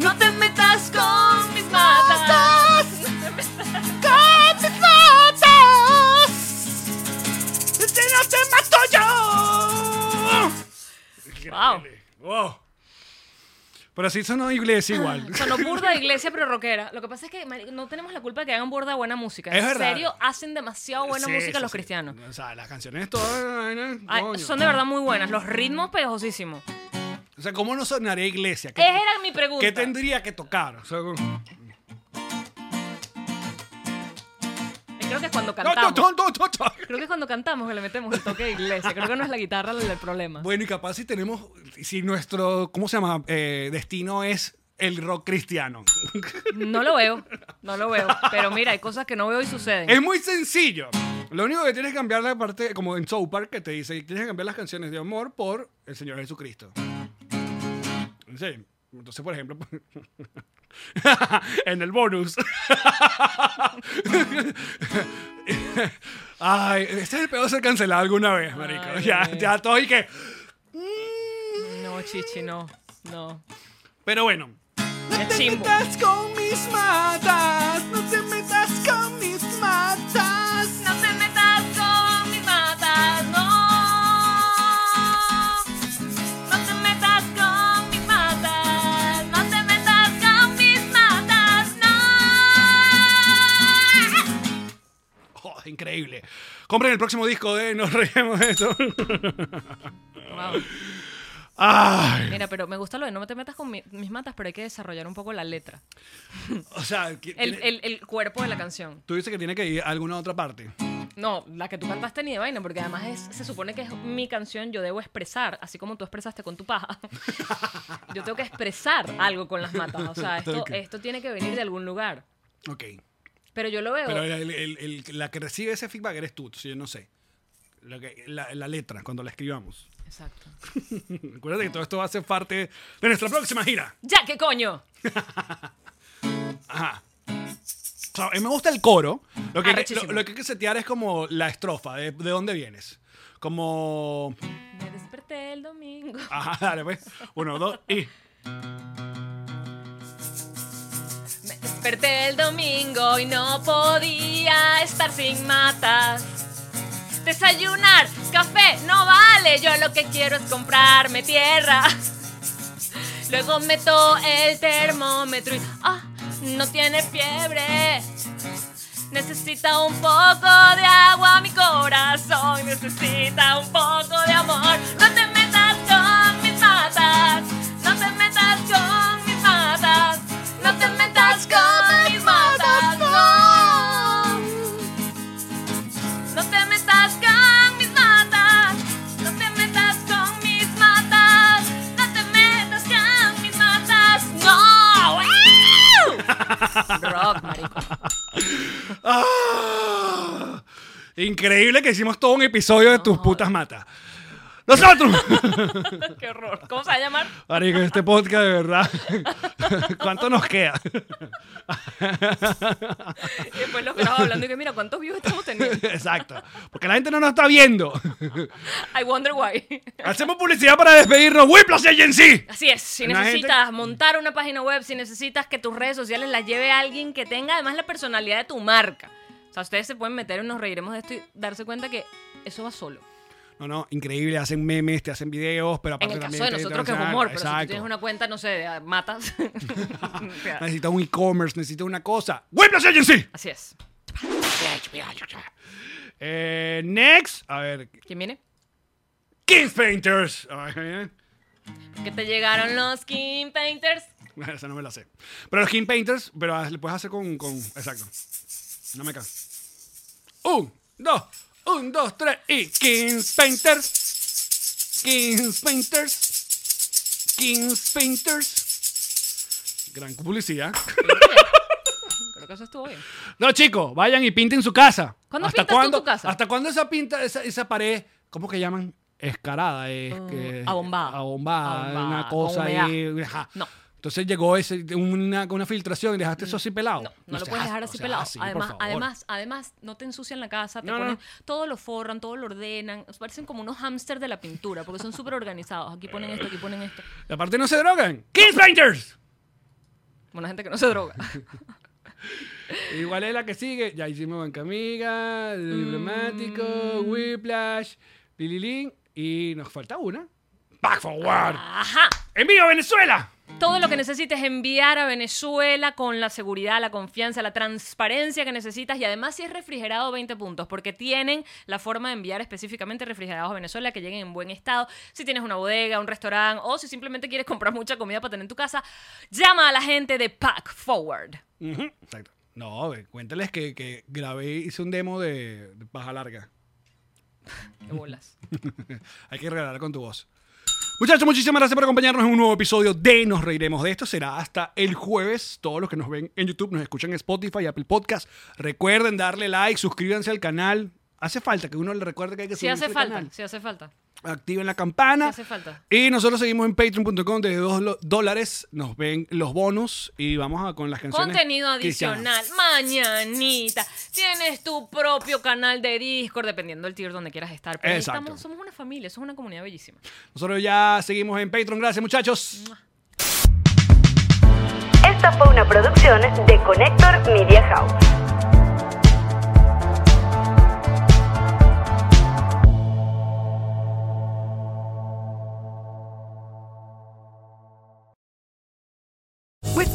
Speaker 5: No te metas con mis matas, no te metas con mis matas.
Speaker 4: Este no te mato yo.
Speaker 5: Wow.
Speaker 4: Wow. Pero así sonó iglesia igual.
Speaker 5: Sonó burda de iglesia, pero rockera. Lo que pasa es que marico, no tenemos la culpa de que hagan burda buena música. En
Speaker 4: Es verdad.
Speaker 5: serio, hacen demasiado buena
Speaker 4: Sí,
Speaker 5: música
Speaker 4: sí,
Speaker 5: los
Speaker 4: sí.
Speaker 5: cristianos.
Speaker 4: O sea, las canciones todas. ¿no?
Speaker 5: Ay,
Speaker 4: Coño.
Speaker 5: son de verdad muy buenas. Los ritmos pegajosísimos.
Speaker 4: O sea, ¿cómo no sonaría iglesia? ¿Qué,
Speaker 5: Esa era mi pregunta.
Speaker 4: qué tendría que tocar? O sea,
Speaker 5: Creo que es cuando
Speaker 4: no, no,
Speaker 5: cantamos.
Speaker 4: no, no, no, no.
Speaker 5: Creo que es cuando cantamos que le metemos el toque de iglesia. Creo que no es la guitarra el del problema.
Speaker 4: Bueno, y capaz si tenemos. Si nuestro. ¿Cómo se llama? Eh, destino es el rock cristiano.
Speaker 5: No lo veo. No lo veo. Pero mira, hay cosas que no veo y
Speaker 4: Es
Speaker 5: suceden.
Speaker 4: muy sencillo. Lo único que tienes que cambiar la parte, como en South Park, que te dice, tienes que cambiar las canciones de amor por el Señor Jesucristo. Sí. Entonces, por ejemplo, en el bonus. Ay, este es el peor de ser cancelado alguna vez, marico.
Speaker 5: Ay,
Speaker 4: ya,
Speaker 5: Dios mío.
Speaker 4: ya todo y que...
Speaker 5: No, chichi, no. No.
Speaker 4: Pero bueno.
Speaker 5: Es chimbo.
Speaker 4: con mis matas, no te metas con mis matas. Compren el próximo disco de Nos Reiremos de Esto.
Speaker 5: Wow.
Speaker 4: Ay.
Speaker 5: Mira, pero me gusta lo de no te metas con mi- mis matas, pero hay que desarrollar un poco la letra.
Speaker 4: O sea, que-
Speaker 5: El,
Speaker 4: tiene-
Speaker 5: el- el cuerpo de la canción.
Speaker 4: tú dices que tiene que ir a alguna otra parte.
Speaker 5: No, la
Speaker 4: Mm.
Speaker 5: que tú cantaste ni de vaina, porque además es- se supone que es mi canción, yo debo expresar, así como tú expresaste con tu paja. Yo tengo que expresar algo con las matas. O sea, esto,
Speaker 4: Ok.
Speaker 5: esto tiene que venir de algún lugar.
Speaker 4: Ok.
Speaker 5: Pero yo lo veo.
Speaker 4: Pero el- el- el- la que recibe ese feedback eres tú, entonces yo no sé. Lo que- la, la letra, cuando la escribamos.
Speaker 5: Exacto.
Speaker 4: Acuérdate que todo esto va a ser parte de nuestra próxima gira.
Speaker 5: ¡Ya, qué coño!
Speaker 4: Ajá. O sea, a mí me gusta el coro. Lo que,
Speaker 5: Arrechísimo.
Speaker 4: lo- lo que hay que setear es como la estrofa, de, de dónde vienes. Como.
Speaker 5: Me desperté el domingo.
Speaker 4: Ajá, dale, pues. Uno, dos y.
Speaker 5: Me desperté el domingo y no podía estar sin matas. Desayunar, café, no vale. Yo lo que quiero es comprarme tierra. Luego meto el termómetro y ah, no tiene fiebre. Necesita un poco de agua mi corazón, necesita un poco de amor. No te metas con mis matas, no te metas con mis matas, no te metas con mis matas, no. No te metas con mis matas, no te metas con mis matas, no te metas con mis matas, no. ¡Ah! Rock, marico.
Speaker 4: ¡Ah! Increíble que hicimos todo un episodio de tus putas matas. ¡Nosotros!
Speaker 5: Qué horror. ¿Cómo se va a llamar?
Speaker 4: Marico, este podcast de verdad. ¿Cuánto nos queda?
Speaker 5: Y después los grababa hablando y que mira cuántos views estamos teniendo.
Speaker 4: Exacto. Porque la gente no nos está viendo.
Speaker 5: I wonder why.
Speaker 4: Hacemos publicidad para despedirnos. ¡Whiplash Agency!
Speaker 5: Así es, si
Speaker 4: Una gente-
Speaker 5: necesitas montar una página web, si necesitas que tus redes sociales las lleve a alguien que tenga además la personalidad de tu marca. O sea, ustedes se pueden meter y nos reiremos de esto y darse cuenta que eso va solo.
Speaker 4: No, no, increíble. Hacen memes, te hacen videos, pero
Speaker 5: En
Speaker 4: aparte
Speaker 5: el
Speaker 4: también
Speaker 5: caso de
Speaker 4: te- te
Speaker 5: nosotros que es
Speaker 4: hacen-
Speaker 5: humor, pero si tú
Speaker 4: Exacto.
Speaker 5: tienes una cuenta, no sé, de matas. O sea,
Speaker 4: Necesitas un e-commerce, necesitas una cosa. ¡Whiplash Agency!
Speaker 5: Así es.
Speaker 4: Eh, next. A ver,
Speaker 5: ¿Quién viene?
Speaker 4: Kings Painters. A ver, ¿eh?
Speaker 5: Que te llegaron los King Painters.
Speaker 4: Esa no me la sé. Pero los King Painters, pero haz- le puedes hacer con. con- exacto. No me canso. Un, dos, un, dos, tres y. Kings Painters. Kings Painters. Kings Painters. Gran publicidad.
Speaker 5: Creo que eso estuvo bien.
Speaker 4: No, chicos, vayan y pinten su casa.
Speaker 5: ¿Cuándo pintas tú tu casa?
Speaker 4: ¿Hasta cuándo esa pinta, esa, esa pared, ¿cómo que llaman? Escarada, es que.
Speaker 5: Oh, abombada.
Speaker 4: Abombada,
Speaker 5: Abombada,
Speaker 4: una
Speaker 5: con
Speaker 4: cosa ahí.
Speaker 5: humedad.
Speaker 4: ajá.
Speaker 5: No.
Speaker 4: Entonces llegó ese, una, una filtración y dejaste eso así pelado.
Speaker 5: No, no lo
Speaker 4: seas-
Speaker 5: puedes dejar
Speaker 4: no
Speaker 5: así
Speaker 4: seas
Speaker 5: pelado.
Speaker 4: por
Speaker 5: además,
Speaker 4: favor.
Speaker 5: además, además, no te ensucian la casa, te
Speaker 4: No, no,
Speaker 5: ponen,
Speaker 4: no.
Speaker 5: todo lo forran, todo lo ordenan. Parecen como unos hámsters de la pintura, porque son súper organizados. Aquí ponen esto, aquí ponen esto.
Speaker 4: Y aparte no se drogan. ¡Kings Rangers!
Speaker 5: Una gente que no se droga.
Speaker 4: Igual es la que sigue. Ya hicimos Banca Amiga,
Speaker 5: Mm.
Speaker 4: Diplomático, Whiplash, Lililín. Y nos falta una. Back Forward.
Speaker 5: Ajá.
Speaker 4: ¡Envío a Venezuela!
Speaker 5: Todo lo que necesites enviar a Venezuela con la seguridad, la confianza, la transparencia que necesitas y además si es refrigerado 20 puntos porque tienen la forma de enviar específicamente refrigerados a Venezuela que lleguen en buen estado. Si tienes una bodega, un restaurante o si simplemente quieres comprar mucha comida para tener en tu casa, llama a la gente de Pack Forward.
Speaker 4: Ujú, Exacto. No, ve, cuéntales que, que grabé, hice un demo de, de Paja Larga.
Speaker 5: Qué bolas.
Speaker 4: Hay que regalar con tu voz. Muchachos, muchísimas gracias por acompañarnos en un nuevo episodio de Nos Reiremos de Esto. Será hasta el jueves. Todos los que nos ven en YouTube, nos escuchan en Spotify, Apple Podcast. Recuerden darle like, suscríbanse al canal. Hace falta que uno le recuerde que hay que
Speaker 5: Si hace
Speaker 4: al
Speaker 5: falta,
Speaker 4: canal.
Speaker 5: si hace falta.
Speaker 4: Activen la campana.
Speaker 5: Sí hace falta.
Speaker 4: Y nosotros seguimos en patreon.com desde 2 dólares. Nos ven los bonos y vamos a con las canciones.
Speaker 5: Contenido
Speaker 4: cristianas.
Speaker 5: adicional, mañanita. Tienes tu propio canal de Discord, dependiendo del tier donde quieras estar. Pero ahí
Speaker 4: Exacto.
Speaker 5: estamos, somos una familia, somos una comunidad bellísima.
Speaker 4: Nosotros ya seguimos en Patreon. Gracias, muchachos.
Speaker 1: Esta fue una producción de Connector Media House.
Speaker 2: With